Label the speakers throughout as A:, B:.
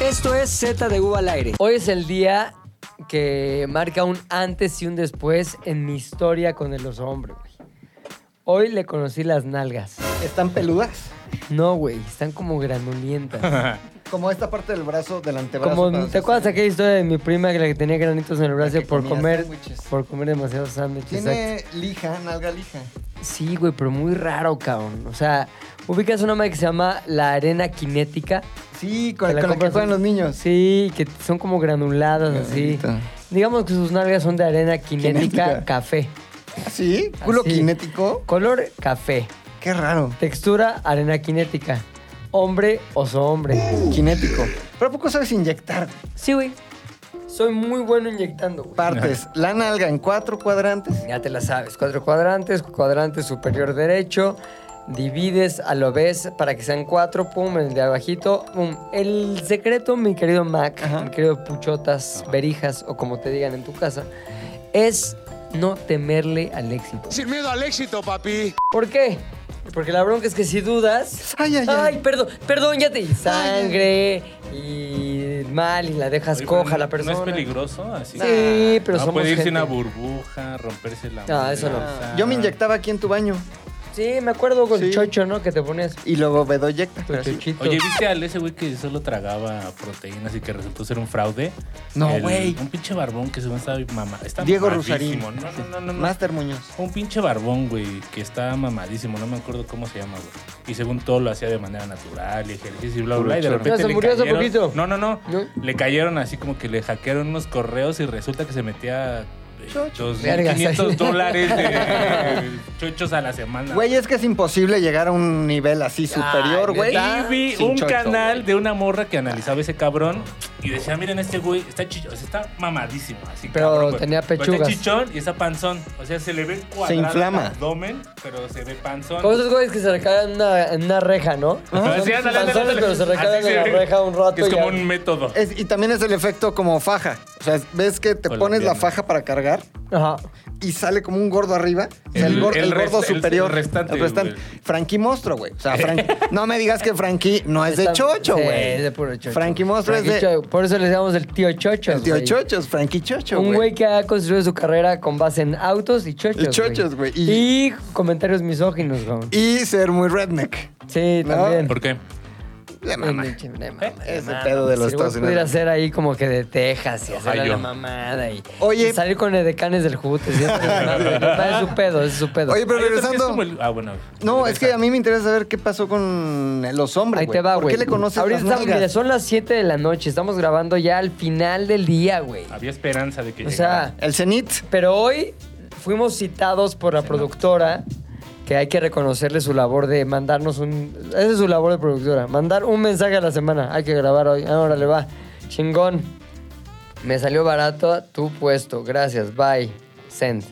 A: Esto es Z de U al aire.
B: Hoy es el día que marca un antes y un después en mi historia con el oso hombre, güey. Hoy le conocí las nalgas.
C: Están peludas.
B: No, güey, están como granulientas.
C: Como esta parte del brazo, del antebrazo.
B: Como,
C: para
B: ¿Te acuerdas aquella historia de mi prima que la que tenía granitos en el brazo
C: que
B: por
C: comía
B: comer,
C: sándwiches.
B: por comer demasiados sándwiches? exacto.
C: Tiene lija, nalga lija.
B: Sí, güey, pero muy raro, cabrón. O sea, ubicas una madre que se llama la arena cinética.
C: Sí, con,
B: la
C: con la que
B: compras
C: juegan
B: en-
C: los niños.
B: Sí, que son como granuladas así.
C: Granulito.
B: Digamos que sus nalgas son de arena cinética,
C: Cinética.
B: café.
C: ¿Ah, ¿Sí? ¿Culo
B: Así.
C: kinético?
B: Color café.
C: Qué raro.
B: Textura arena cinética. Hombre oso hombre.
C: Kinético. ¿Pero a poco sabes inyectar
B: Sí, güey. Soy muy bueno inyectando, güey.
C: partes? La nalga en cuatro cuadrantes.
B: Ya te la sabes. Cuatro cuadrantes, cuadrante superior derecho. Divides a lo ves para que sean cuatro, pum, el de abajito, pum. El secreto, mi querido Mac, mi querido Puchotas, Berijas o como te digan en tu casa, es no temerle al éxito.
D: Sin miedo al éxito, papi.
B: ¿Por qué? Porque la bronca es que si dudas.
C: Ay, ay, ay.
B: perdón, perdón, ya te. Y sangre y mal y la dejas
E: Oye,
B: coja
E: pero
B: a la persona.
E: ¿No es peligroso? Así
B: Sí, pero
E: no,
B: somos
E: puede irse
B: gente.
E: una burbuja, romperse la
B: No, eso no.
E: mesa.
C: Yo me inyectaba aquí en tu baño
B: Sí, me acuerdo con
C: Sí.
B: Chocho, ¿no? Que te ponías
C: y luego bedoyecta.
B: tu chuchito.
E: Oye, ¿viste al ese güey que solo tragaba proteínas y que resultó ser un fraude?
C: No,
E: El-
C: güey.
E: Un pinche barbón que se me estaba mamá. Está
C: Diego Rusarín.
E: mamadísimo. No, no, no, no, no.
C: Master Muñoz.
E: Un pinche barbón, güey, que está mamadísimo. No me acuerdo cómo se llama, güey. Y según todo lo hacía de manera natural y ejercicio y bla, bla, bla. Y de repente
B: se
E: le
B: murió hace
E: cayeron-
B: poquito.
E: No, no, no,
B: ¿No?
E: Le cayeron así como que le hackearon unos correos y resulta que se metía... eh,
B: Vergas.
E: 500 dólares de chochos a la semana.
C: Güey, es que es imposible llegar a un nivel así
B: Ah,
C: superior, güey.
E: Y vi
C: sin
E: un
C: chocho,
E: canal
C: güey.
E: de una morra que analizaba ese cabrón y decía, miren este güey, está chichón, o sea, está mamadísimo. Así,
B: Pero
E: cabrón, güey.
B: tenía
E: Pero
B: pechugas.
E: está chichón y está panzón. O sea, se le ve cuadrado
C: Se inflama.
E: el abdomen, pero se ve panzón.
B: Como esos güeyes que se recargan en una, en una reja, ¿no?
E: Pero así,
B: Son
E: Ah, ándale, ándale,
B: panzones,
E: ándale.
B: pero se recargan
E: Así
B: en la
E: se ve.
B: reja un rato.
E: Que es
B: y
E: como
B: ya.
E: un método.
C: Es- y también es el efecto como faja. O sea, ves que te
E: Con la
C: pones la
E: pierna.
C: faja para cargar
B: Ajá.
C: y sale como un gordo arriba. O sea, el,
E: El-
C: gor-
E: el
C: el gordo
E: rest- el-
C: superior.
E: el restante, güey.
C: Frankie Monstruo, güey. O sea, Frank- no me digas que Frankie no es de
B: Está-
C: chocho,
B: sí,
C: güey.
B: es de puro chocho.
C: Frankie Monstruo es
B: Frankie
C: de.
B: Cho- Por eso le llamamos el tío Chocho.
C: El tío
B: güey.
C: chocho es Frankie Chocho,
B: Un
C: güey.
B: güey que ha construido su carrera con base en autos y chochos.
C: Y chochos, güey.
B: Y... comentarios misóginos, güey.
C: Y ser muy redneck.
B: Sí,
C: ¿No?
B: también.
E: ¿Por qué?
C: La mamá.
B: Sí, de mamá,
C: Ese
B: mamá.
C: pedo de los
B: Si el güey
C: Estados
B: pudiera
C: Unidos.
B: ser ahí como que de Texas y hacer
E: Ohio.
B: la mamada y,
C: Oye.
B: y salir con edecanes del jute. ¿sí? es su pedo, es su pedo.
C: Oye, pero
E: Ay, yo creo que es
C: regresando.
E: como el- Ah, bueno.
C: No, es que
E: regresa.
C: a mí me interesa saber qué pasó con los hombres.
B: Ahí te va, güey.
C: ¿Por qué le conoces
B: Ahorita
C: las
B: estamos- mira,
C: nalgas?
B: son las 7 de la noche. Estamos grabando ya al final del día, güey.
E: Había esperanza de que
B: O sea,
E: llegara.
C: El cenit.
B: pero hoy fuimos citados por la productora, que hay que reconocerle su labor de mandarnos un... Esa es su labor de productora, mandar un mensaje a la semana. Hay que grabar hoy. Ah, órale, va. Chingón. Me salió barato tu puesto. Gracias. Bye. Send.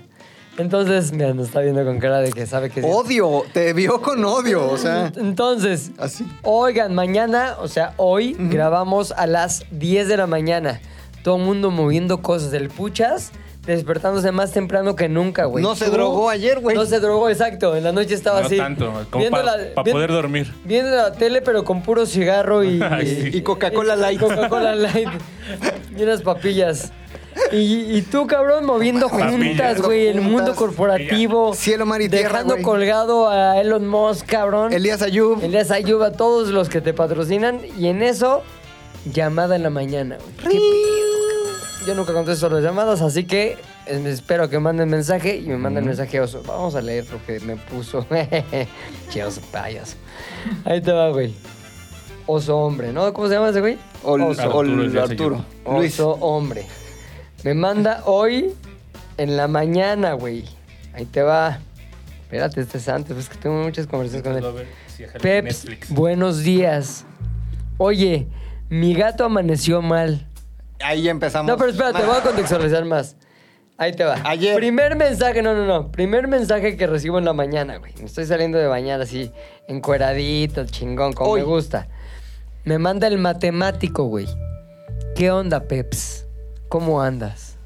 B: Entonces, mira, nos está viendo con cara de que sabe que... sí.
C: Odio. Te vio con odio. O sea,
B: Entonces,
C: así.
B: Oigan, mañana, o sea, hoy grabamos a las 10 de la mañana. Todo el mundo moviendo cosas del puchas, despertándose más temprano que nunca, güey.
C: No se drogó ayer, güey.
B: No se drogó, exacto. En la noche estaba
E: No
B: así.
E: tanto, como
B: viendo
E: pa-
B: la-
E: pa
B: vi-
E: poder dormir.
B: Viendo la tele, pero con puro cigarro y,
E: Ay, sí.
C: Y Coca-Cola
B: y- y
C: Light.
B: Coca-Cola Light. y unas papillas. Y, y tú, cabrón, moviendo
E: Papillas.
B: juntas, güey, el
C: Juntas.
B: mundo corporativo.
C: Cielo, mar y tierra,
B: Dejando
C: güey.
B: colgado a Elon Musk, cabrón.
C: Elías Ayub.
B: Elías Ayuba a todos los que te patrocinan y en eso, llamada en la mañana. güey. ¿Qué pedo, cabrón? Yo nunca contesto las llamadas, así que eh, espero que manden mensaje y me manden mensaje oso. Vamos a leer lo que me puso. che, oso payaso. Ahí te va, güey. Oso hombre, ¿no? ¿Cómo se llama ese güey?
C: O el-
E: Arturo,
C: o el
E: Elías
C: Arturo.
B: Oso
C: Luis.
B: hombre. Me manda hoy en la mañana, güey. Ahí te va. Espérate, este es antes, pues que tengo muchas conversaciones con él.
E: A ver si deja el
B: Peps,
E: Netflix.
B: buenos días. Oye, mi gato amaneció mal.
C: Ahí empezamos.
B: No, pero espérate,
C: Mal.
B: voy a contextualizar más. Ahí te va.
C: Ayer.
B: Primer mensaje, no, no, no. Primer mensaje que recibo en la mañana, güey. Me estoy saliendo de bañar así, encueradito, chingón, como
C: Hoy.
B: me gusta. Me manda el matemático, güey. ¿Qué onda, Peps? ¿Cómo andas?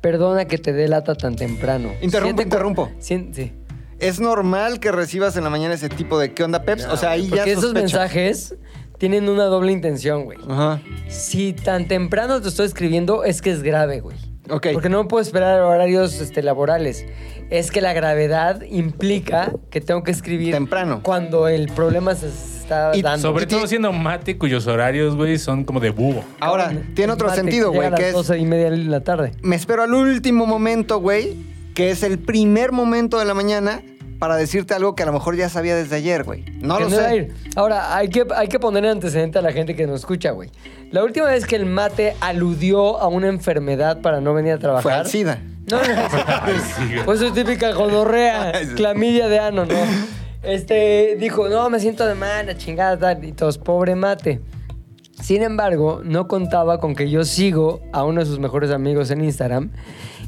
B: Perdona que te dé lata tan temprano.
C: Interrumpo,
B: Siete cu-
C: interrumpo.
B: Cien- sí.
C: ¿Es normal que recibas en la mañana ese tipo de qué onda, Peps? o sea, ahí ya
B: Porque esos
C: sospechas.
B: mensajes tienen una doble intención, güey.
C: Ajá.
B: Si tan temprano te estoy escribiendo, es que es grave, güey.
C: Ok.
B: Porque no puedo esperar horarios este, laborales. Es que la gravedad implica que tengo que escribir
C: Temprano.
B: cuando el problema se está
C: Y
B: dando.
E: Sobre todo siendo Mate, cuyos horarios, güey, son como de búho.
C: Ahora, tiene otro
B: Mate,
C: sentido,
B: llega
C: güey, que
B: A las
C: es...
B: 12 y media de la tarde.
C: Me espero al último momento, güey, que es el primer momento de la mañana para decirte algo que a lo mejor ya sabía desde ayer, güey. No
B: Que
C: lo
B: no iba a
C: sé.
B: ir. Ahora, hay que, hay que poner en antecedente a la gente que nos escucha, güey. La última vez que el mate aludió a una enfermedad para no venir a trabajar.
C: Fue al SIDA.
B: No, no,
E: Ay,
B: no.
E: sí, güey.
B: Fue su típica gonorrea, clamidia de ano, ¿no? Este, dijo, no, me siento de mala, chingada, tal, y todos, pobre mate. Sin embargo, no contaba con que yo sigo a uno de sus mejores amigos en Instagram.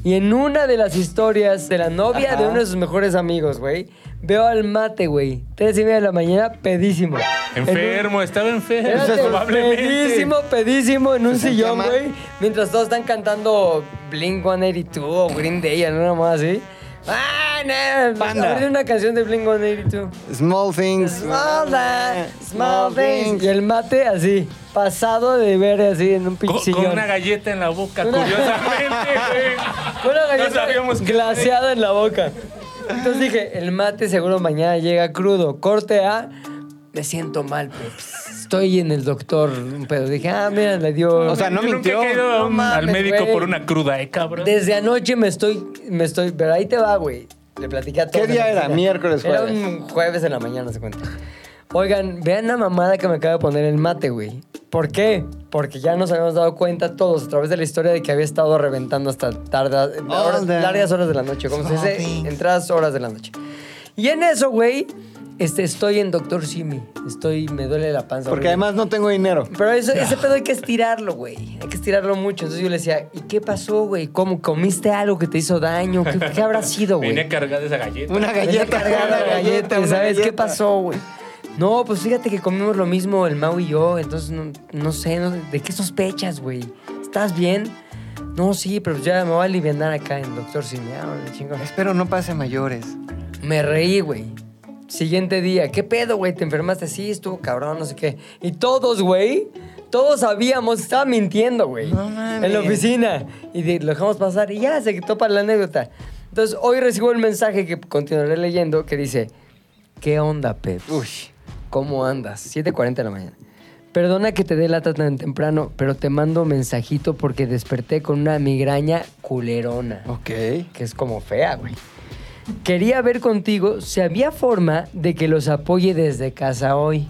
B: Y en una de las historias de la novia de uno de sus mejores amigos, güey, veo al mate, güey. Tres y media de la mañana, pedísimo. En un-
E: Enfermo, estaba enfermo.
B: Espérate,
E: probablemente.
B: pedísimo, pedísimo en un
C: Pues Se sentía
B: sillón,
C: mal.
B: güey. Mientras todos están cantando Blink 182 o Green Day, alguna más así. ¡Ah, no!
C: Panda.
B: Abre una canción de Blink 182.
C: Small things.
B: Small things, small things. Y el mate así, pasado de ver así en un pinche
E: Con,
B: sillón.
E: con una galleta en la boca,
B: Una-
E: curiosamente, güey.
B: Con una galleta
E: No sabíamos que-
B: glaseada en la boca. Entonces dije, el mate seguro mañana llega crudo. Corte A, me siento mal, peps. Estoy en el doctor, pero dije, ah, mira, le dio...
C: O sea, no
E: Yo
C: mintió.
E: Nunca he ido a
B: No
E: un-
B: mames,
E: al médico
B: güey.
E: por una cruda, eh, cabrón.
B: Desde anoche me estoy, me estoy, pero ahí te va, güey. Le platicé a todos.
C: ¿Qué día
B: en la
C: era?
B: oficina.
C: Miércoles,
B: Era
C: jueves.
B: un jueves en la mañana, se cuenta. Oigan, vean la mamada que me acaba de poner el mate, güey. ¿Por qué? Porque ya nos habíamos dado cuenta todos a través de la historia de que había estado reventando hasta tardas, horas-
C: the-
B: largas horas de la noche. Como se dice,
C: Something.
B: entradas horas de la noche. Y en eso, güey, este, estoy en Doctor Simi. Estoy, me duele la panza.
C: Porque
B: horrible.
C: además no tengo dinero.
B: Pero eso- ese pedo hay que estirarlo, güey. Hay que estirarlo mucho. Entonces yo le decía, ¿y qué pasó, güey? ¿Cómo? ¿Comiste algo que te hizo daño? ¿Qué, qué habrá sido, güey?
E: Venía cargada esa galleta.
C: Una
B: Venía
C: galleta.
B: cargada
C: una
B: de galleta,
C: una
B: ¿sabes qué
C: galleta.
B: pasó, güey? No, pues fíjate que comimos lo mismo el Mau y yo, entonces no, no sé, no- ¿de qué sospechas, güey? ¿Estás bien? No, sí, pero ya me voy a aliviar acá en Doctor Cineado, chingón.
C: Espero no pase a mayores.
B: Me reí, güey. Siguiente día, ¿qué pedo, güey? ¿Te enfermaste? Sí, estuvo cabrón, no sé qué. Y todos, güey, todos sabíamos, estaba mintiendo, güey.
C: No mames.
B: En la oficina. Y de- lo dejamos pasar y ya se quitó para la anécdota. Entonces, hoy recibo el mensaje que continuaré leyendo que dice: ¿Qué onda, Pep?
C: Uy.
B: ¿Cómo andas? 7.40 de la mañana. Perdona que te dé lata tan temprano, pero te mando mensajito porque desperté con una migraña culerona
C: Ok.
B: que es como fea, güey. Quería ver contigo si había forma de que los apoye desde casa hoy.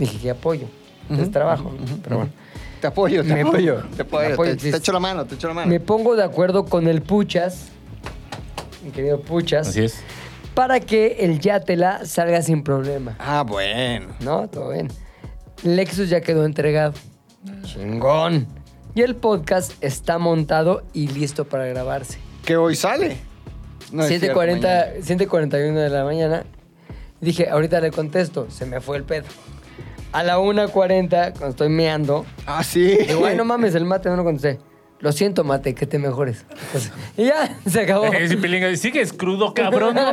B: Dije, ¿qué apoyo? Es trabajo, ¿no? pero bueno.
C: Te apoyo, te
B: Me-
C: apoyo.
B: te
C: Te
B: apoyo,
C: apoyo. Te,
B: sí.
C: te echo la mano, te echo la mano.
B: Me pongo de acuerdo con el Puchas, mi querido Puchas,
E: Así es.
B: para que el Yatela salga sin problema.
C: Ah, bueno.
B: ¿No? Todo bien. Lexus ya quedó entregado. Chingón. Y el podcast está montado y listo para grabarse.
C: Que hoy sale. No es cierto,
B: 7:40,
C: mañana.
B: 7:41 de la mañana. Dije, ahorita le contesto, se me fue el pedo. A la 1.40, cuando estoy meando,
C: Ah, sí.
B: digo, ay, no mames, el mate no lo contesté. Lo siento, mate, que te mejores. Pues, y ya, se acabó.
E: Ese pilinga dice, sigues crudo, cabrón, no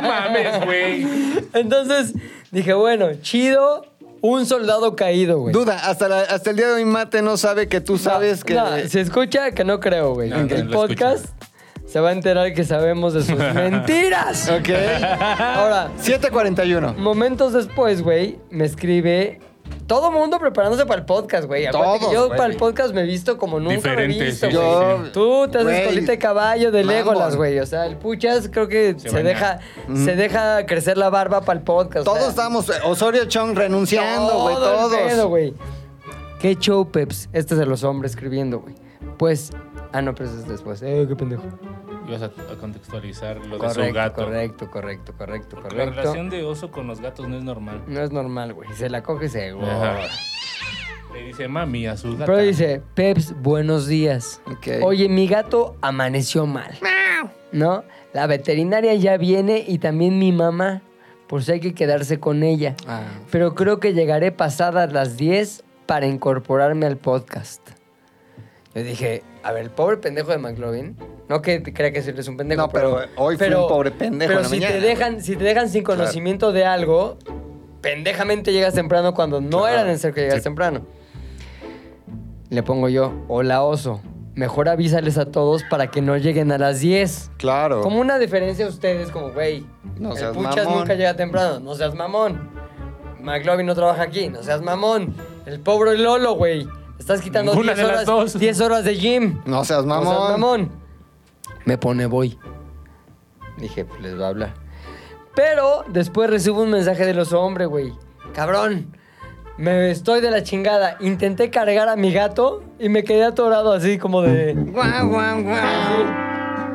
E: mames, güey.
B: Entonces, dije, bueno, chido, un soldado caído, güey.
C: Duda, hasta, la- hasta el día de hoy Mate no sabe que tú sabes que...
B: No, se escucha que no creo, güey.
E: No, no,
B: el
E: lo
B: podcast se va a enterar que sabemos de sus mentiras.
C: Ok.
B: Ahora,
C: 741.
B: Momentos después, güey, me escribe todo mundo preparándose para el podcast, güey. Acuérdate que
C: Todos,
B: yo
C: güey.
B: para el podcast me he visto como nunca me
E: Diferente,
B: he visto,
E: sí,
B: güey.
C: sí, sí.
B: Tú te haces
C: Güey,
B: colita de caballo de
C: mambo.
B: Legolas, güey. O sea, el Puchas creo que se,
E: Se baña.
B: deja se deja crecer la barba para el podcast.
C: Todos
B: estamos
C: estábamos... eh, Osorio Chong renunciando, güey, todos.
B: güey. Qué show, Peps. Este es de los hombres escribiendo, güey. Pues, ah, no, pero eso es después. Eh, qué pendejo.
E: Ibas a, a contextualizar lo de su
B: Correcto,
E: gato.
B: correcto, correcto, correcto,
E: Porque La
B: correcto.
E: relación de oso con los gatos no es normal.
B: No es normal, güey. Se la coge seguro.
E: Ajá. Le dice mami a su gata.
B: Pero dice, Peps, buenos días.
C: Ok.
B: Oye, mi gato amaneció mal. ¿No? La veterinaria ya viene y también mi mamá, por si hay que quedarse con ella.
C: Ah.
B: Pero creo que llegaré pasadas las 10 para incorporarme al podcast. Yo dije, a ver, el pobre pendejo de McLovin. No que te crea que eres un pendejo.
C: No, pero hoy fue un pobre pendejo
B: Pero
C: en la
B: si, te
C: mañana,
B: dejan, si te dejan sin conocimiento de algo, pendejamente llegas temprano cuando no
E: Claro,
B: era necesario que llegas
E: sí.
B: temprano. Le pongo yo, hola oso, mejor avísales a todos para que no lleguen a las 10.
C: Claro.
B: Como una diferencia a ustedes, como, güey,
C: No
B: el
C: seas
B: Puchas
C: mamón.
B: nunca llega temprano, no seas mamón. McLovin no trabaja aquí, no seas mamón. El pobre Lolo, güey, estás quitando
E: Ninguna
B: 10
E: de las
B: horas,
E: dos.
B: 10 horas de gym.
C: No seas
B: No seas
C: mamón.
B: mamón. Me pone voy. Dije, pues les voy a hablar. Pero después recibo un mensaje de los hombres, güey. Cabrón, me estoy de la chingada. Intenté cargar a mi gato y me quedé atorado así como de...
C: Guau, guau, guau.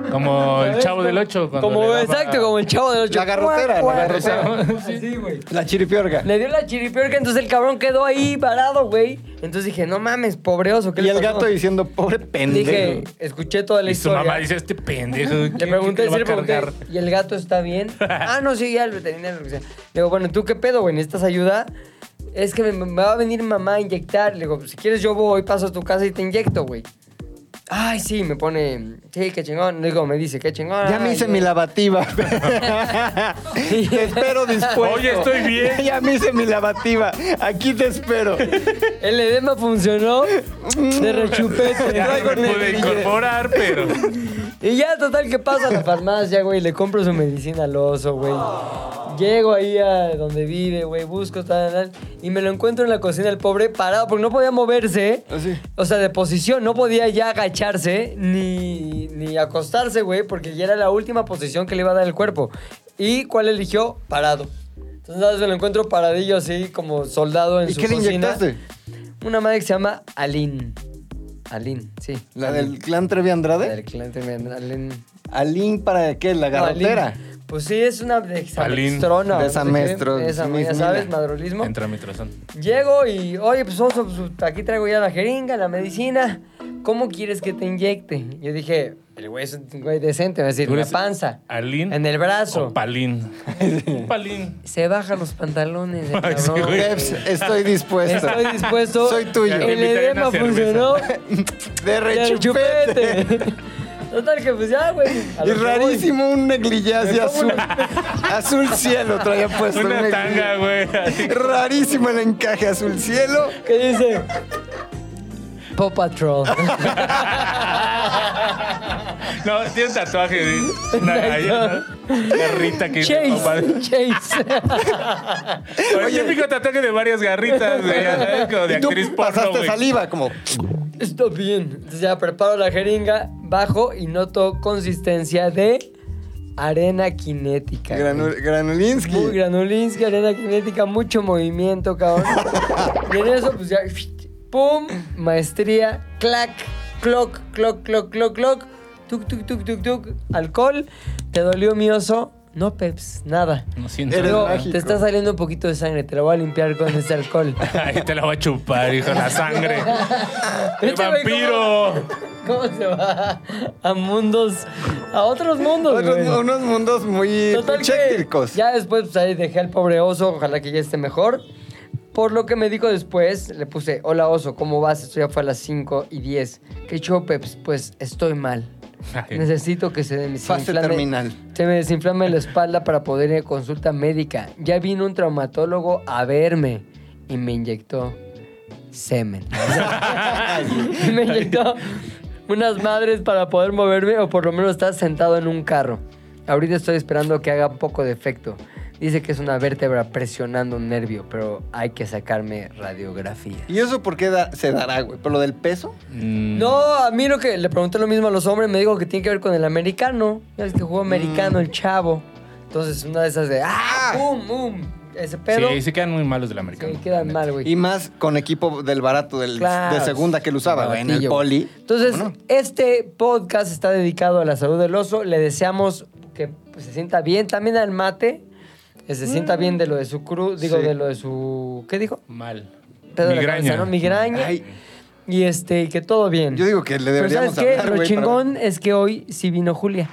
E: Como el chavo del 8.
B: Como, exacto, como el chavo del ocho.
C: La garrotera, la
B: Guau, guau.
C: garrotera.
B: Así, güey.
C: La chiripiorga.
B: Le dio la chiripiorca, entonces el cabrón quedó ahí varado, güey. Entonces dije, no mames, pobre oso. ¿qué
C: Y
B: le
C: el
B: pasó?
C: gato diciendo, pobre pendejo.
B: Dije, escuché toda la
E: Y su
B: historia.
E: mamá dice, este pendejo. ¿quién-
B: Le
E: quién
B: pregunté,
E: lo va
B: sí, le
E: a
B: pregunté,
E: cargar?"
B: ¿y el gato está bien? ah, no, sí, ya el veterinario. lo que sea. Le digo, bueno, ¿tú qué pedo, güey? ¿Necesitas ayuda? Es que me, me va a venir mamá a inyectar. Le digo, si quieres yo voy, paso a tu casa y te inyecto, güey. Ay, sí, me pone, sí, qué chingón. Le digo, me dice, qué chingón.
C: Ya me
B: Ay,
C: hice
B: yo-
C: mi lavativa. te espero dispuesto.
E: Oye, estoy bien.
C: ya me hice mi lavativa. Aquí te espero.
B: El edema funcionó
C: Mm.
B: de rechupete.
E: Ya
B: Traigo
E: no me pude
B: negrilla.
E: incorporar, pero.
B: Y ya, total, que pasa a la farmacia, güey. Le compro su medicina al oso, güey. Llego ahí a donde vive, güey. Busco, tal, tal. Y me lo encuentro en la cocina, el pobre, parado, porque no podía moverse.
C: Así.
B: O sea, de posición. No podía ya agacharse ni, ni acostarse, güey, porque ya era la última posición que le iba a dar el cuerpo. ¿Y cuál eligió? Parado. Entonces, nada más me lo encuentro paradillo así, como soldado en
C: ¿Y
B: su
C: qué le
B: cocina.
C: inyectaste?
B: Una madre que se llama Aline. Aline, sí.
C: ¿La
B: Aline.
C: del clan Trevi Andrade?
B: Del cliente me- Aline.
C: ¿Alín para qué? ¿La garrotera?
B: Alin. Pues sí, es una de
C: De
B: examestrona.
C: examestro-
B: Esa, ya
C: mismila.
B: sabes, madrolismo.
E: Entra mi trazón.
B: Llego y, oye, pues, oso, pues, aquí traigo ya la jeringa, la medicina. ¿Cómo quieres que te inyecte? Yo dije, el güey es un güey decente, va a decir,
E: Tú
B: en la
E: eres
B: panza.
E: Alín.
B: En el brazo.
E: O palín. Un palín.
B: Se baja los pantalones. el
E: Ay, sí,
B: cabrón.
E: güey.
C: Peps, estoy dispuesto.
B: Estoy dispuesto.
C: Soy tuyo.
E: Ya te
B: El
E: invitaré una
B: edema funcionó.
C: De
B: El
C: rechupete.
B: chupete. Total, que pues ya, güey. a
C: Y
B: lo que voy.
C: rarísimo un negligé así
B: Me pongo
C: azul. Azul cielo traía puesto. un
E: Una
C: negligé.
E: tanga, güey. así.
C: Rarísimo el encaje azul cielo.
B: ¿Qué dice? Paw Patrol.
E: No, tiene un tatuaje de una gallina. Garrita que
B: Chase, Chase.
E: O el típico tatuaje de varias garritas, güey. ya sabes, como de
C: Y tú
E: actriz porno,
C: pasaste
E: güey.
C: saliva como.
B: Está bien. Entonces ya preparo la jeringa, bajo y noto consistencia de arena cinética.
C: Granul- Granulinsky.
B: Muy granulinsky, arena cinética, mucho movimiento, cabrón. y en eso, pues ya. ¡Pum! Maestría, clac, cloc, cloc, cloc, cloc, cloc. Tuk, tuk, tuk, tuk, tuk. Alcohol. ¿Te dolió mi oso? No, Peps, nada.
E: No siento
C: Eres
B: Luego,
E: nada.
C: mágico.
B: te está saliendo un poquito de sangre, te la voy a limpiar con este alcohol.
E: Ay, te la voy a chupar, hijo, la sangre. ¡El
B: Este güey,
E: vampiro!
B: ¿Cómo se va a mundos, a otros mundos,
C: Otros-
B: güey?
C: unos mundos muy
B: Total que
C: chécticos.
B: ya después pues, ahí dejé al pobre oso, ojalá que ya esté mejor. Por lo que me dijo después, le puse, hola oso, ¿cómo vas? Esto ya fue a las 5 y 10. ¿Qué chopeps? Pues estoy mal.
E: Ay.
B: Necesito que se desinflame.
C: Fase terminal.
B: Se me desinflame la espalda para poder ir a consulta médica. Ya vino un traumatólogo a verme y me inyectó semen. Y me inyectó unas madres para poder moverme o por lo menos estar sentado en un carro. Ahorita estoy esperando que haga poco de efecto. Dice que es una vértebra presionando un nervio, pero hay que sacarme radiografía.
C: ¿Y eso por qué da- se dará, güey? ¿Por lo del peso?
E: Mm,
B: No, a mí lo que le pregunté lo mismo a los hombres, me dijo que tiene que ver con el americano. Ya ves que jugó
C: Mm.
B: americano el chavo. Entonces, una de esas de ¡ah! ¡Bum, bum! Ese pedo.
E: Sí, se quedan muy malos del americano.
B: que quedan mal, güey.
C: Y más con equipo del barato, del,
B: Claro.
C: de segunda que lo usaba, güey, en el
B: Baratillo.
C: poli.
B: Entonces,
C: ¿Cómo no?
B: este podcast está dedicado a la salud del oso. Le deseamos que pues, se sienta bien, también al mate. Que se sienta bien de lo de su cruz, digo,
C: Mm. Sí.
B: de lo de su. ¿Qué dijo?
E: Mal.
B: Pedo de la cabeza, ¿no? Migraña.
C: Ay.
B: Y este, y que todo bien.
C: Yo digo que le
B: Pero
C: deberíamos
B: ¿sabes qué?
C: hablar,
B: Lo
C: güey, para
B: chingón es que hoy sí vino Julia,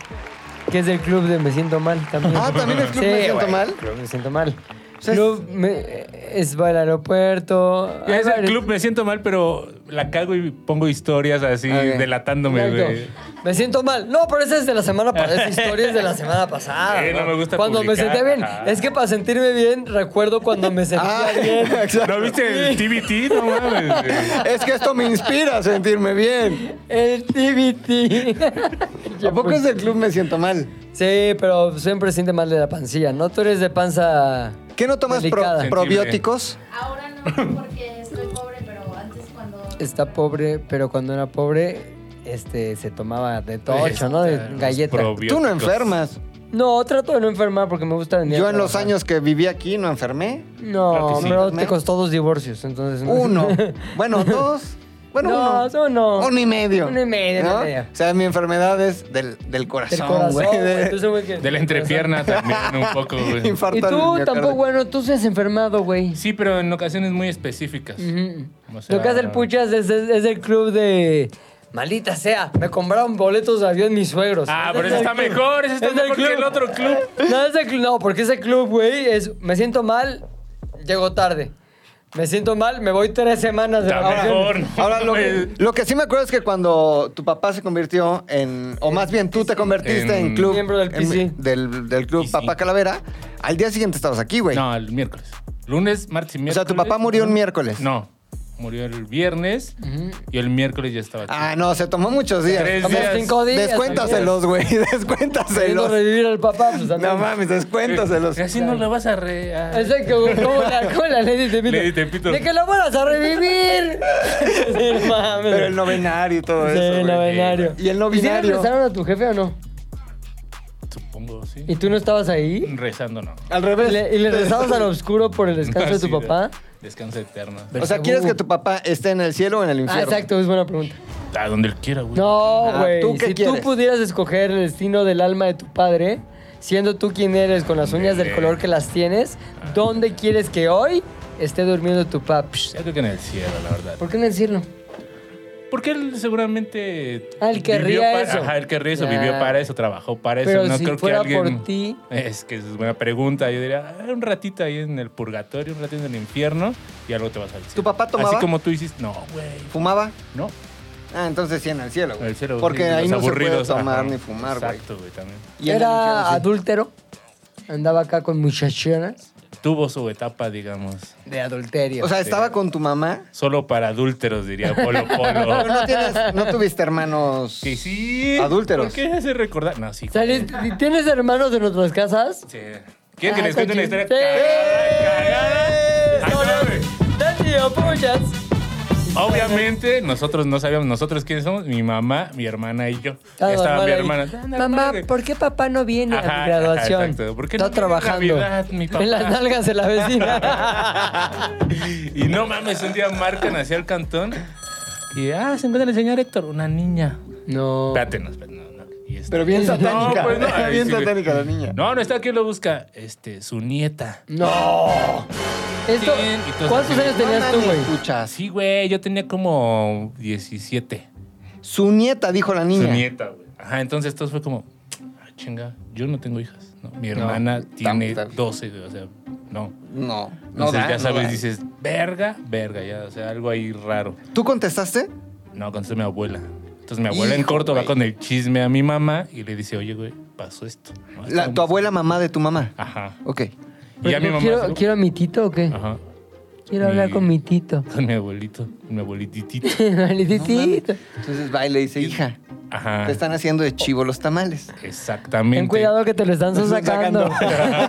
B: que es del club de Me Siento Mal también.
C: Ah, ¿también es Club Me Siento
B: güey,
C: Mal?
B: Club Me Siento Mal.
C: sea,
B: club me- es va al aeropuerto.
E: Ya
B: hay
E: es el
B: varios-
E: club, me siento mal, pero la cago y pongo historias así
C: Ok.
E: delatándome,
B: Exacto.
E: güey.
B: Me siento mal. No, pero esa es de la semana pasada. Esa historia es de la semana pasada.
E: Sí, no me gusta
B: Cuando
E: publicar,
B: me senté bien.
E: ajá.
B: Es que para sentirme bien, recuerdo cuando me sentía
C: Ah,
B: bien.
C: exacto.
E: ¿No viste el TBT? No mames. güey.
C: Es que esto me inspira a sentirme bien.
B: El TBT.
C: ¿A poco
B: pues.
C: es del club me siento mal?
B: Sí, pero siempre siente mal de la pancilla, ¿no? Tú eres de panza.
C: ¿Qué no tomas pro-
B: Delicada.
C: probióticos?
F: Ahora no, porque estoy pobre, pero antes cuando...
B: Está pobre, pero cuando era pobre, este, se tomaba de tocho, ¿no? De
E: Los
B: galleta.
E: probióticos.
C: Tú no enfermas.
B: No, trato de no enfermar porque me gusta venir. a
C: Yo en los
B: trabajar.
C: años que viví aquí no enfermé.
B: No,
E: Claro que sí.
B: pero te costó dos divorcios, entonces. no.
C: Uno. Bueno, dos. Bueno,
B: No,
C: uno.
B: son no.
C: Uno y medio.
B: Uno y medio,
C: ¿no?
B: uno y medio.
C: O sea, mi enfermedad es del, del
B: Del
C: corazón,
B: corazón,
C: güey.
B: güey.
C: de-
B: Tú ese güey que-
E: De la entrepierna también, un poco, güey.
B: Y
C: infarto al
B: tú
C: miocardio.
B: tampoco, bueno, tú se has enfermado, güey.
E: Sí, pero en ocasiones muy específicas.
B: Ujú.
E: O sea,
B: Lo que hace el Puchas es, es- es el club de. Maldita sea, me compraron boletos de avión mis suegros. Es
E: Ah, pero ese
B: del
E: está
B: club.
E: mejor, ese está
B: Es del
E: mejor que
B: club.
E: el otro club.
B: No, ese club, no, porque ese club, güey, es. Me siento mal, llego tarde. Me siento mal, me voy tres semanas de
E: Está mejor.
B: vacaciones.
E: ¿no?
C: Ahora, lo
E: Pues,
C: que, lo que sí me acuerdo es que cuando tu papá se convirtió en, o más bien tú te convertiste en,
E: En-
C: club.
B: Miembro del
C: en-
B: PC.
C: del, del club
E: PC.
C: Papá Calavera, al día siguiente estabas aquí, güey.
E: No, el miércoles. Lunes, martes y
C: o
E: miércoles.
C: sea, tu papá murió un miércoles.
E: No, murió el viernes y el miércoles ya estaba aquí.
C: Ah, no, se tomó muchos días.
E: Tres
B: Somos
E: días.
B: cinco días.
C: Descuéntaselos, güey.
B: Queriendo
C: Descuéntaselos.
B: revivir al papá, pues también.
C: No mames, descuéntaselos.
E: Eh, Así no la vas a re... a-
B: Eso es como, como la, como la Lady Tepito.
E: Lady Tepito.
B: De que lo vuelvas a revivir. sí, mames.
C: Pero el novenario y todo
B: Sí,
C: eso.
B: el
C: güey.
B: novenario.
C: Y el
B: ¿Y si
C: novenario.
B: regresaron a tu jefe o no?
E: Supongo, sí.
B: ¿Y tú no estabas ahí?
E: Rezando, no.
C: Al
B: ¿Y
C: revés.
B: le, y le rezabas al obscuro por el descanso de
E: Así
B: tu papá?
E: Descanso eterno.
C: O sea, ¿quieres que tu papá esté en el cielo o en el
B: Ah,
C: infierno?
B: exacto, es buena pregunta.
E: A donde él quiera, güey.
B: No,
C: Ah,
B: güey.
C: ¿tú qué
B: si tú
C: quieres?
B: pudieras escoger el destino del alma de tu padre, siendo tú quien eres, con las uñas
C: Eh.
B: del color que las tienes, ¿dónde quieres que hoy esté durmiendo tu papá?
E: Ya creo que en el cielo, la verdad.
B: ¿Por qué no decirlo?
E: Porque él seguramente.
B: Ah, él querría
E: vivió pa-
B: eso.
E: Ajá, él querría eso,
B: Ya.
E: vivió para eso, trabajó para eso.
B: Pero
E: no
B: si
E: creo
B: fuera
E: que alguien.
B: por ti.
E: Es que es buena pregunta. Yo diría, ah, un ratito ahí en el purgatorio, un ratito en el infierno y algo te vas al cielo.
C: ¿Tu papá tomaba?
E: Así como tú hiciste. No, güey.
C: ¿Fumaba?
E: No.
C: Ah, entonces sí en el cielo, güey.
E: El cielo,
C: Porque
E: sí,
C: ahí
E: los
C: no se puede
E: aburridos,
C: tomar
E: ajá.
C: ni fumar, güey.
E: Exacto, güey, también.
C: Y en el infierno,
B: Era
C: sí.
B: adúltero. Andaba acá con muchachonas
E: Tuvo su etapa, digamos.
B: de adulterio.
C: O sea, estaba con tu mamá.
E: Solo para adúlteros, diría Polo Polo.
C: Pero no, tienes, no tuviste hermanos.
E: Que sí.
C: Adúlteros.
E: ¿Por qué hace recordar? No, sí.
B: ¿Sabes? ¿Tienes hermanos de nuestras casas?
E: Sí. ¿Quieres que les cuente una historia?
B: Ah, Sí.
E: Cagada, cagada. Ah, no, güey.
B: Tío, puchas.
E: Obviamente, nosotros no sabíamos nosotros quiénes somos. Mi mamá, mi hermana y yo.
B: Ah,
E: Estaba mi
B: hermana
E: hermana.
B: ahí.
E: "Anda,
B: Mamá,
E: madre".
B: ¿por qué papá no viene a
E: Ajá,
B: mi graduación?
E: ajá, exacto. ¿Por qué
B: Está
E: no viene en
B: trabajando.
E: Navidad, mi papá?
B: En las nalgas de la vecina.
E: Y no mames, un día marcan hacia el cantón. Y, ah, se encuentra el señor Héctor, una niña.
B: no.
E: Espérate, no, espérate, no, no. Y este-
C: Pero bien satánica.
E: No, pues no, ahí
C: bien
E: sí, güey.
C: satánica la niña.
E: No, no está aquí, lo busca. Este, su nieta.
B: No. Esto,
E: Bien, y todos
B: ¿Cuántos
E: así,
B: años tenías tú,
C: mames,
B: güey?
C: puchas.
E: Así, güey, yo tenía como 17.
C: Su nieta, dijo la niña.
E: Su nieta, güey. Ajá, entonces todo fue como, ah, chinga, yo no tengo hijas. ¿no? Mi hermana tiene
C: tam- tam-
E: 12, güey, o sea, no.
C: No, no
E: Entonces
C: da,
E: ya
C: no
E: sabes,
C: da.
E: dices, verga, verga, ya, o sea, algo ahí raro.
C: ¿Tú contestaste?
E: No, contestó mi abuela. Entonces mi abuela en
C: Hijo,
E: corto
C: güey.
E: va con el chisme a mi mamá y le dice, oye, güey, pasó esto. ¿no?
C: La- tu abuela mamá de tu mamá.
E: Ajá.
C: Ok.
E: Y ya mi mamá.
B: Pues, quiero,
E: ¿no? Ah,
B: quiero a mi tito o qué?
E: Ajá.
B: Quiero hablar
E: Y-
B: con mi tito.
E: Con mi abuelito, mi abuelititito.
B: Mi titito.
C: Entonces va y le dice, hija,
E: Ajá.
C: te están haciendo de chivo los tamales.
E: Exactamente.
B: Ten cuidado que te lo están sacando.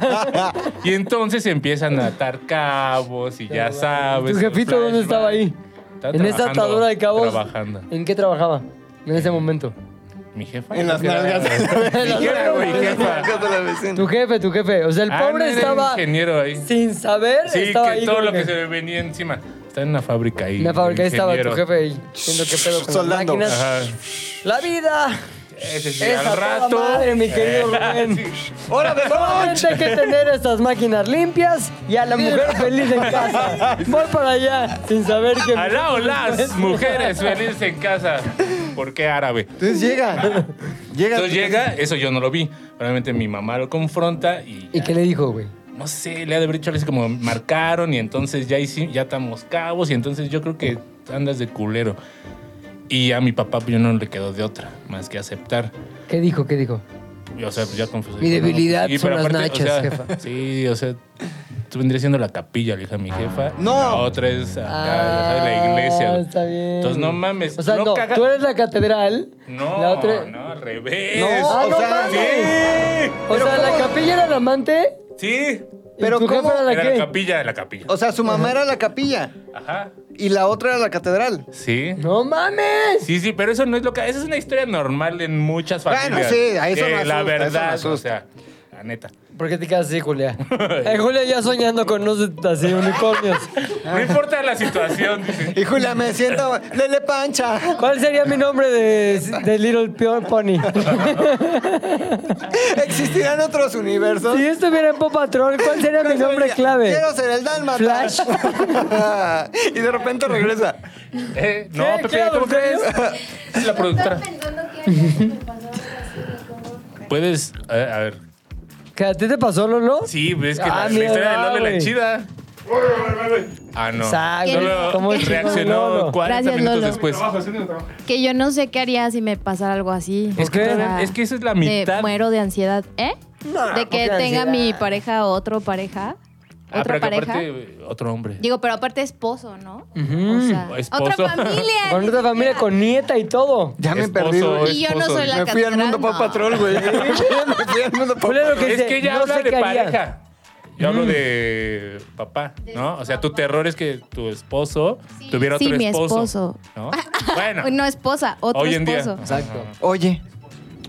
E: Y entonces empiezan a atar cabos y ya sabes.
B: ¿Tu
E: el
B: jefito dónde
E: flashback.
B: estaba ahí?
E: Estaba
B: en esa
E: trabajando,
B: atadura de cabos.
E: Trabajando.
B: ¿En qué trabajaba? En ese momento.
E: Mi jefa.
C: En las
E: Era-
C: nalgas de
E: Mi
C: la
E: jefa, güey,
C: En las
E: jefa.
C: nalgas de la vecina.
B: Tu jefe, tu jefe. O sea, el
E: Ah, no,
B: pobre
E: era
B: estaba
E: ingeniero ahí.
B: sin saber.
E: Sí,
B: estaba
E: que
B: ahí
E: todo
B: como
E: lo que
B: que-
E: se le venía encima. Está en una fábrica ahí.
B: En la fábrica ahí estaba tu
E: ingeniero.
B: jefe ahí, viendo qué pedo con
C: Soldando.
B: las máquinas.
E: Ajá.
B: La vida.
E: Ah, Ese sí,
B: Es
E: al rato. Eh.
B: madre, mi querido Rubén. pues,
C: ¡Hora de
B: Solamente hay que tener estas máquinas limpias y a la mujer feliz en casa. Voy para allá sin saber que...
E: Alá, las mujeres felices en casa. ¿Por qué árabe?
C: Entonces llega. Llega.
E: Ah. Entonces llega, eso yo no lo vi. Realmente mi mamá lo confronta y.
B: ¿Y
E: ya.
B: qué le dijo, güey?
E: no sé, le ha de haber dicho algo así como marcaron y entonces ya hicimos, ya estamos cabos y entonces yo creo que andas de culero. Y a mi papá pues, yo no le quedó de otra más que aceptar.
B: ¿Qué dijo? ¿Qué dijo?
E: Y, O sea, pues, ya confesé.
B: Mi debilidad
E: Y,
B: son
E: pero
B: las
E: o sea,
B: nachas, jefa.
E: Sí, o sea, tú vendrías siendo la capilla, le dije a mi jefa.
C: ¡No!
E: La otra es acá, o sea, la iglesia.
B: Ah,
E: güey.
B: Está bien.
E: Entonces, no mames.
B: O sea, no,
E: caga-
B: tú eres la catedral.
E: No,
B: la otra-
E: no, al revés.
C: No,
B: Ah,
C: o
B: no
C: sea,
E: sí,
B: O sea, la capilla era la amante.
E: sí.
B: Pero tu
C: Pero
B: jefa
C: ¿cómo?
B: era la
E: Era
B: qué?
E: la capilla, la capilla.
C: O sea, su mamá era la capilla
E: Ajá.
C: y la otra era la catedral.
E: Sí.
B: No mames.
E: Sí, sí, pero eso no es lo que. Esa es una historia normal en muchas
C: Bueno,
E: familias.
C: sí, a eso me
E: La
C: asusta,
E: verdad,
C: eso me
E: o sea, la neta.
B: ¿Por qué te quedas así, Julia? Eh, Julia ya soñando con unos así unicornios.
E: No importa la situación, dice.
C: Y Julia, me siento... ¡Lele Pancha!
B: ¿Cuál sería mi nombre de, de Little Pure Pony?
C: ¿Existirán otros universos?
B: si yo estuviera en Pop Patrol, ¿cuál sería mi nombre clave?
C: Quiero ser el Dalmata.
B: Flash.
C: y de repente regresa.
E: Eh, no,
B: ¿Qué?
E: Pepe,
B: ¿Qué
E: ¿cómo
B: hago,
E: crees? Es la productora.
F: Estaba pensando que me pasó algo así de cómo-
E: Puedes. A, a ver.
B: ¿Que ¿A ti te pasó, Lolo?
E: Sí, pues es que
B: Ah,
E: la, la
B: mira,
E: historia de
B: no,
E: Lola es la
B: güey.
E: chida. Ah, no.
B: Exacto.
E: Solo
B: ¿Cómo es chingón,
E: reaccionó
B: Lolo?
E: 40
G: Gracias,
E: minutos
G: Lolo.
E: después. Ah,
G: Que yo no sé qué haría si me pasara algo así.
E: Es que-
G: O sea,
E: es que esa es la
G: de-
E: mitad.
G: muero de ansiedad. ¿Eh? de que
B: poca
G: tenga
B: ansiedad.
G: mi pareja o otro pareja.
E: Ah, pero
G: otra
E: que
G: pareja.
E: aparte, eh, otro hombre.
G: Digo, pero aparte esposo, ¿no?
B: Ujú.
G: O sea,
E: O esposo.
G: otra familia.
B: Con
G: ni
B: otra familia,
G: siquiera.
B: con nieta y todo.
C: Ya me
E: Esposo,
C: perdí, güey.
G: eh. Y yo no
E: esposo.
G: soy la
C: Me fui al
G: catedral,
C: mundo Pop
G: no.
C: Patrol, güey. me fui al mundo Pop
B: Julia lo que
E: Es
B: dice,
E: que ella
B: no
E: habla
B: sé
E: de
B: qué haría. Mm.
E: pareja. Yo hablo de papá, ¿no? O sea, tu terror es que tu esposo
F: Sí.
E: tuviera
G: Sí,
E: otro
G: mi
E: esposo.
G: esposo.
E: ¿no? Bueno,
G: No esposa, otro
E: hoy en
G: esposo.
E: día.
B: Exacto.
C: Oye,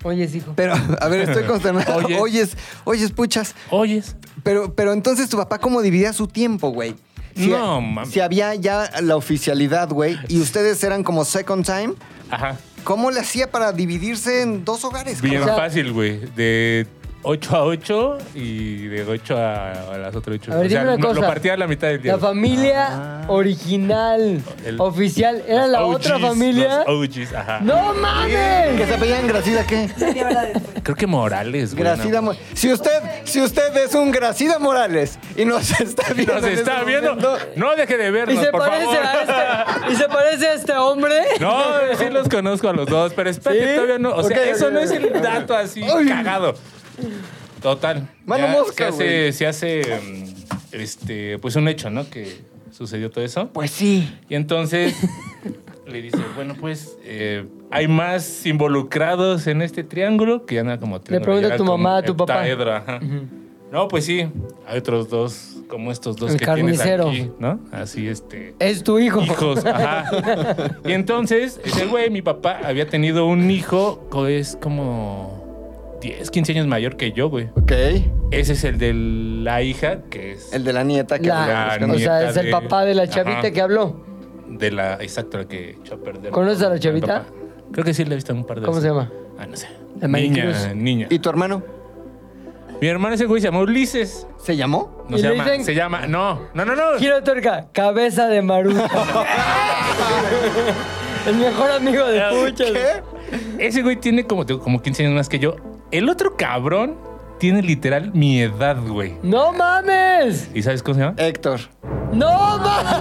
B: Oye, hijo.
C: pero, a ver, estoy consternado.
E: Oyes.
C: Oyes, oyes, puchas.
E: Oyes.
C: Pero, pero entonces tu papá, ¿cómo dividía su tiempo, güey?
E: No, mames.
C: Si había ya la oficialidad, güey, y ustedes eran como second time,
E: Ajá.
C: ¿cómo le hacía para dividirse en dos hogares?
E: Bien
C: cabrón?
E: fácil, güey. De 8 a 8 y de 8 a, a las otras 8.
B: A ver,
E: o sea,
B: dime una
E: no-
B: cosa.
E: lo partía a la mitad del día.
B: La familia original,
E: El-
B: oficial, era
E: Los
B: la
E: OGs,
B: otra familia.
E: Los OGs, ajá.
B: ¡No
C: ¿Que
B: mames!
C: se apellidan Gracida qué?
E: Creo que Morales, güey.
C: Gracida
E: no.
C: Morales. Si usted, si usted es un Gracida Morales y nos está viendo.
E: Nos
C: en
E: está
C: este
E: viendo.
C: momento,
E: No deje de
B: Y
E: vernos,
B: se
E: por
B: parece
E: favor.
B: a este. Y se parece a este hombre.
E: No, sí los conozco a los dos, pero espérate,
B: ¿Sí?
E: todavía no. O sea,
C: Ok,
E: eso
C: ok,
E: no
C: ok.
E: es el dato así cagado. Total.
C: Mano
E: ya
C: mosca,
E: se hace,
C: güey.
E: se hace mm, este, pues un hecho, ¿no? Que sucedió todo eso.
C: Pues sí.
E: Y entonces le dice, bueno, pues eh, hay más involucrados en este triángulo que anda como triángulo,
B: pregunta
E: ya
B: a tu
E: como
B: mamá, a tu papá.
E: heptaedra, ajá. No, pues sí, hay otros dos, como estos dos
B: El
E: que
B: carnicero.
E: tienes aquí, ¿no? Así este
B: Es tu hijo.
E: hijos. Ajá. Y entonces, ese güey, mi papá, había tenido un hijo que es como 10, 15 años mayor que yo, güey.
C: Ok.
E: Ese es el de la hija, que es
C: El de la nieta que
B: La-
E: La
B: o sea, es
E: nieta
B: el
E: de-
B: papá de la chavita
E: Ajá.
B: que habló.
E: de la... Exacto, la que echó a perder.
B: ¿Conoces a la
E: mi
B: chavita?
E: papá. Creo que sí, la he visto un par de
B: ¿Cómo se
E: veces.
B: llama?
E: Ah, no sé.
B: La
E: niña,
B: Maricruz.
E: niña.
C: ¿Y tu hermano?
E: Mi hermano ese güey se llama Ulises.
C: ¿Se llamó?
E: No
B: ¿Y
E: se
B: le
E: llama,
B: dicen-
E: se llama... No, no, no, no.
B: Giro de tuerca, cabeza de Maruja. el mejor amigo de Puchas.
C: ¿Qué?
E: Ese güey tiene como, como 15 años más que yo. El otro cabrón tiene literal mi edad, güey.
B: ¡No mames!
E: ¿Y sabes cómo se llama?
C: Héctor.
B: ¡No mames!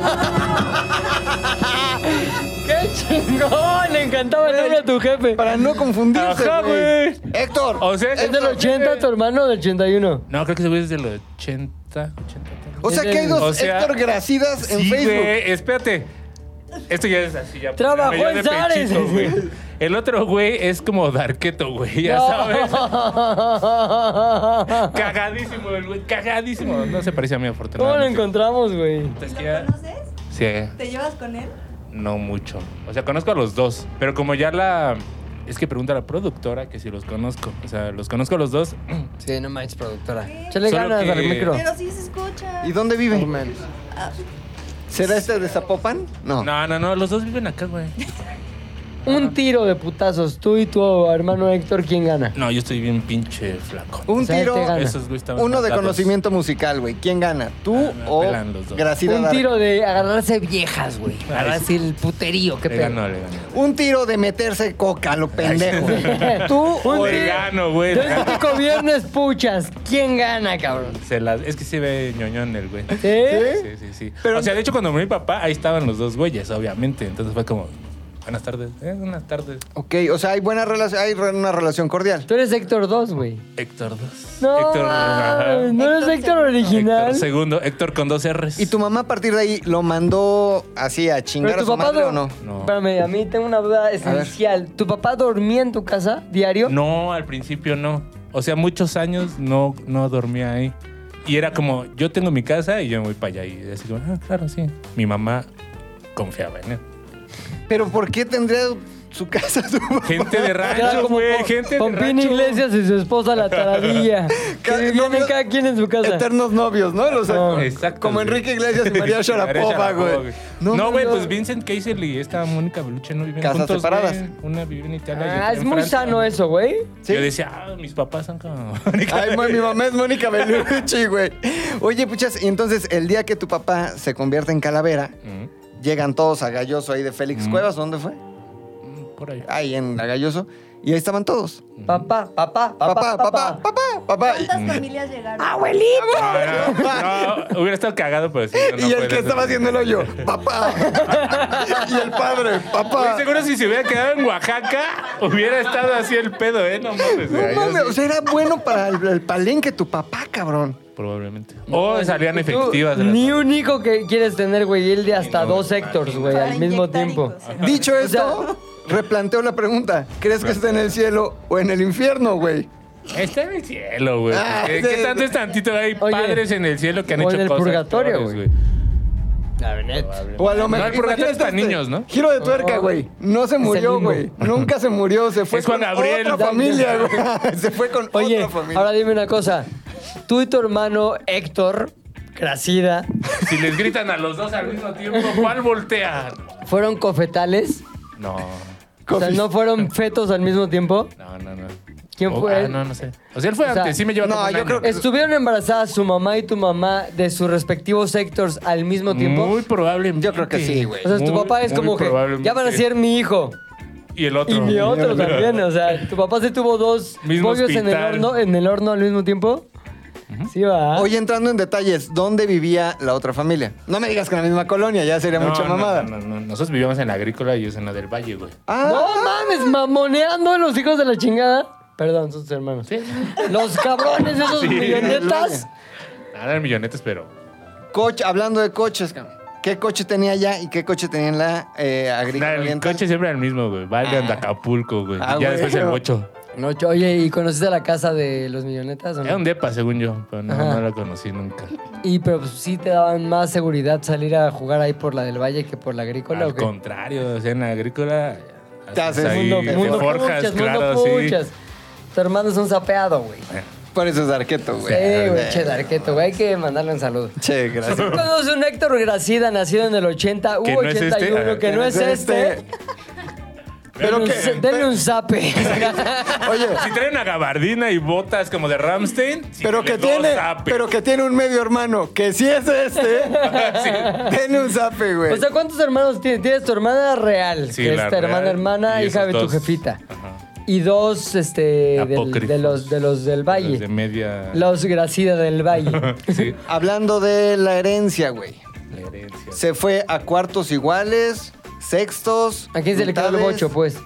B: ¡Qué chingón! Le encantaba el nombre a tu jefe.
C: Para no confundirse.
E: Ajá,
C: güey.
E: güey.
C: Héctor.
E: O sea,
B: ¿Es del 80 tu hermano o del 81?
E: No, creo que ese güey es del 80, 80.
C: O sea, que hay dos
E: O sea,
C: Héctor Gracidas en Facebook.
E: güey, espérate. Esto ya es así, ya.
B: Trabajó
E: ya
B: en
E: de
B: Zares.
E: pechito, güey. El otro güey es como Darketo, güey, ya sabes. Cagadísimo, el güey, cagadísimo. No se parece a mí,
B: ¿Cómo lo
E: afortunadamente.
B: encontramos, güey?
E: Entonces, que
H: ¿Lo
E: ya-
H: conoces?
E: Sí, eh,
H: ¿Te llevas con él?
E: no mucho. O sea, conozco a los dos, pero como ya la... Es que pregunta a la productora que si los conozco. O sea, los conozco a los dos.
B: Sí, no manches, productora. Échale
E: Solo
B: ganas
E: que-
B: al micro.
H: Pero sí se escucha.
C: ¿Y dónde vive? ¿Será este de Zapopan? No.
E: No, no, no, los dos viven acá, güey.
B: un tiro de putazos, tú y tu hermano Héctor, ¿quién gana?
E: No, yo estoy bien pinche flaco.
C: Un
B: O sea, este
C: tiro,
B: te gana.
E: Esos güey estaban
C: uno de
E: matados.
C: conocimiento musical, güey. ¿Quién gana? ¿Tú
E: Ah, me
C: o
E: pelan los dos.
C: Graciela
B: Un
C: Dark?
B: tiro de agarrarse viejas, güey. Agarrarse el puterío, qué
E: Le ganó,
B: pedo.
E: le ganó.
C: Un tiro de meterse coca, lo pendejo. Tú
B: Un
C: o
E: Le
B: tiro-
E: gano, güey.
B: Yo digo que viernes puchas. ¿Quién gana, cabrón?
E: Se la- es que sí ve ñoñón el güey.
B: ¿Eh?
E: Sí, sí, sí.
C: Pero-
E: o sea, de hecho, cuando murió mi papá, ahí estaban los dos güeyes, obviamente. Entonces fue como, buenas tardes, eh, buenas tardes.
C: Ok, o sea, hay buena relación, hay re- una relación cordial.
B: Tú eres Héctor 2, güey.
E: Héctor 2.
B: No,
E: Héctor, ajá.
B: mames, no eres Héctor original.
E: Héctor segundo. Héctor con dos R's.
C: ¿Y tu mamá a partir de ahí lo mandó así a chingar
B: Pero
C: a
B: tu
C: su
B: papá
C: madre
B: do-
C: o no?
E: No.
B: Espérame, a mí tengo una duda esencial. ¿Tu papá dormía en tu casa diario?
E: No, al principio no. O sea, muchos años no, no dormía ahí. Y era como, yo tengo mi casa y yo me voy para allá. Y así como, ah, claro, sí. Mi mamá confiaba en él.
C: Pero ¿por qué tendría su casa su papá?
E: Gente de
B: Era
E: rancho,
B: como
E: güey.
B: Po-
E: Gente de
B: Pompín
E: rancho.
B: Iglesias y su esposa la taradilla. que
C: Cada-
B: vivían
C: novios-
B: cada quien en su casa.
C: Eternos novios, ¿no? Los-
B: No.
E: Exacto.
C: Como
E: güey.
C: Enrique Iglesias y María Sharapova, güey.
E: No,
C: mames,
E: güey,
C: no.
E: pues Vincent Keisel y esta Mónica Beluche no viven
C: Casas
E: juntos,
C: separadas.
E: güey. Una vive en Italia. y
B: Ah,
E: otra
B: es
E: en
B: muy
E: Francia.
B: sano eso, güey.
C: ¿Sí?
E: Yo decía, ah, mis papás son como...
C: Ay, ma- mi mamá es Mónica Bellucci, güey. Oye, puchas, y entonces el día que tu papá se convierte en calavera,
E: Mm,
C: llegan todos a Galloso ahí de Félix
E: Mm.
C: Cuevas, ¿dónde fue?
E: mm, Por ahí.
C: Ahí en la Galloso. Y ahí estaban todos.
B: Papá, papá,
C: Papá, papá, papá, papá.
H: ¿Cuántas familias llegaron?
C: Ah,
E: No, no, no, hubiera estado cagado, pero sí. Ah, no, no
C: Y el
E: puede
C: que
E: ser.
C: estaba haciendo el hoyo, papá. Y el padre, papá.
E: Güey, seguro si se hubiera quedado en Oaxaca, hubiera estado así el pedo, ¿eh? No mames.
C: No
E: güey.
C: mames, o sea, era bueno para el, el palenque tu papá, cabrón.
E: Probablemente. O salían
B: Tú,
E: efectivas. las-
B: Ni un hijo que quieres tener, güey. Y el de hasta
E: No,
B: dos Héctors, güey,
H: Para
B: al mismo
H: inyectar
B: tiempo.
H: hijos, ¿eh?
C: Dicho esto, replanteo la pregunta. ¿Crees que está en el cielo o en el infierno, güey?
E: Está en el cielo, güey.
C: Ah,
E: ¿Qué,
C: sí,
E: qué tanto
C: sí.
E: es tantito? Hay
B: Oye,
E: padres en el cielo que han
B: o en
E: hecho
B: el
E: cosas
B: purgatorio,
E: peores,
B: güey.
E: Ah,
B: La verdad.
C: O a lo
E: No,
C: mejor.
E: el purgatorio es para
C: imagínate,
E: niños, ¿no?
C: Giro de tuerca,
B: No.
C: güey. No se murió,
B: limbo.
C: güey. Nunca se murió. Se fue
E: Es Juan
C: con
E: Gabriel.
C: otra familia, güey. Se fue con
B: Oye,
C: otra familia.
B: ahora dime una cosa. Tú y tu hermano Héctor, Cracida,
E: Si les gritan a los dos al mismo tiempo, ¿cuál voltea?
B: ¿fueron cofetales?
E: No.
B: O sea, ¿no fueron fetos al mismo tiempo?
E: No, no, no.
B: ¿Quién
E: Oh,
B: fue?
E: ah, no, no sé. O sea, él fue
B: O sea,
E: antes, sí me lleva
C: no,
E: como un
C: yo
E: año.
C: creo que-
B: ¿Estuvieron embarazadas su mamá y tu mamá de sus respectivos sectors al mismo tiempo?
E: Muy probablemente.
C: Yo creo que sí, güey.
B: o sea, tu
E: Muy,
B: papá es
E: muy
B: como que ya van a
E: probablemente.
B: ser mi hijo
E: Y el otro.
B: y mi otro también. O sea, tu papá se tuvo dos
E: Mismo
B: pollos en el,
E: hospital.
B: horno, en el horno al mismo tiempo. Sí, va.
C: Oye, entrando en detalles, ¿dónde vivía la otra familia? No me digas que en la misma colonia, ya sería
E: No,
C: mucha
E: no,
C: mamada.
E: No, no, no. Nosotros vivíamos en la agrícola y ellos en la del valle, güey.
C: Ah,
B: No mames, mamoneando a los hijos de la chingada. Perdón, son tus hermanos.
E: Sí.
B: Los cabrones, esos millonetas.
E: Nada, eran millonetes, pero.
C: coche, hablando de coches, cabrón. ¿qué coche tenía allá y qué coche tenía en la eh, agrícola?
E: Nada, el
C: oriental?
E: coche siempre era el mismo, güey.
B: Ah.
E: Valgan de Acapulco, güey.
C: Ah,
E: ya
C: güey.
E: después el bocho.
B: No, ch- oye, ¿y conociste la casa de los millonetas? o no?
E: Era un depa, según yo, pero no,
B: Ajá.
E: no la conocí nunca.
B: Y pero pues, sí te daban más seguridad salir a jugar ahí por la del Valle que por la agrícola.
E: Al
B: ¿o qué?
E: contrario, o sea, en la agrícola.
C: Te haces
E: ahí,
C: mundo-
E: te
C: mundo
E: forjas,
B: puchas,
E: claro,
B: mundo
E: sí.
B: puchas. Tu hermano es un sapeado, güey.
C: Por eso es Arqueto, güey.
B: Sí, güey, che, Darqueto, güey. Hay que mandarle un saludo.
C: Che, gracias.
B: Conoce un Héctor Gracida, nacido en el 80,
E: Que no es
B: U81,
E: este.
B: que no es este.
C: Pero
B: Denle un-
C: que-
B: Denle un zape.
C: Oye,
E: Si traen a gabardina y botas como de Ramstein,
C: pero que tiene, pero que tiene un medio hermano, que si es este, tiene un zape, güey.
B: o sea, ¿cuántos hermanos tienes? Tienes tu hermana real,
E: Sí,
B: que es
E: la
B: tu hermana,
E: real,
B: hermana,
E: y
B: hija de
E: esos
B: tu
E: dos.
B: jefita.
E: Ajá.
B: Y dos, este, del- de,
E: Apócrifos.
B: los, de los del Valle.
E: de media.
B: Los Gracida del Valle.
E: Sí,
C: Hablando de la herencia, güey.
E: la herencia.
C: Se fue a cuartos iguales, sextos.
B: ¿A quién se le quedó el
C: mitades.
B: bocho, pues?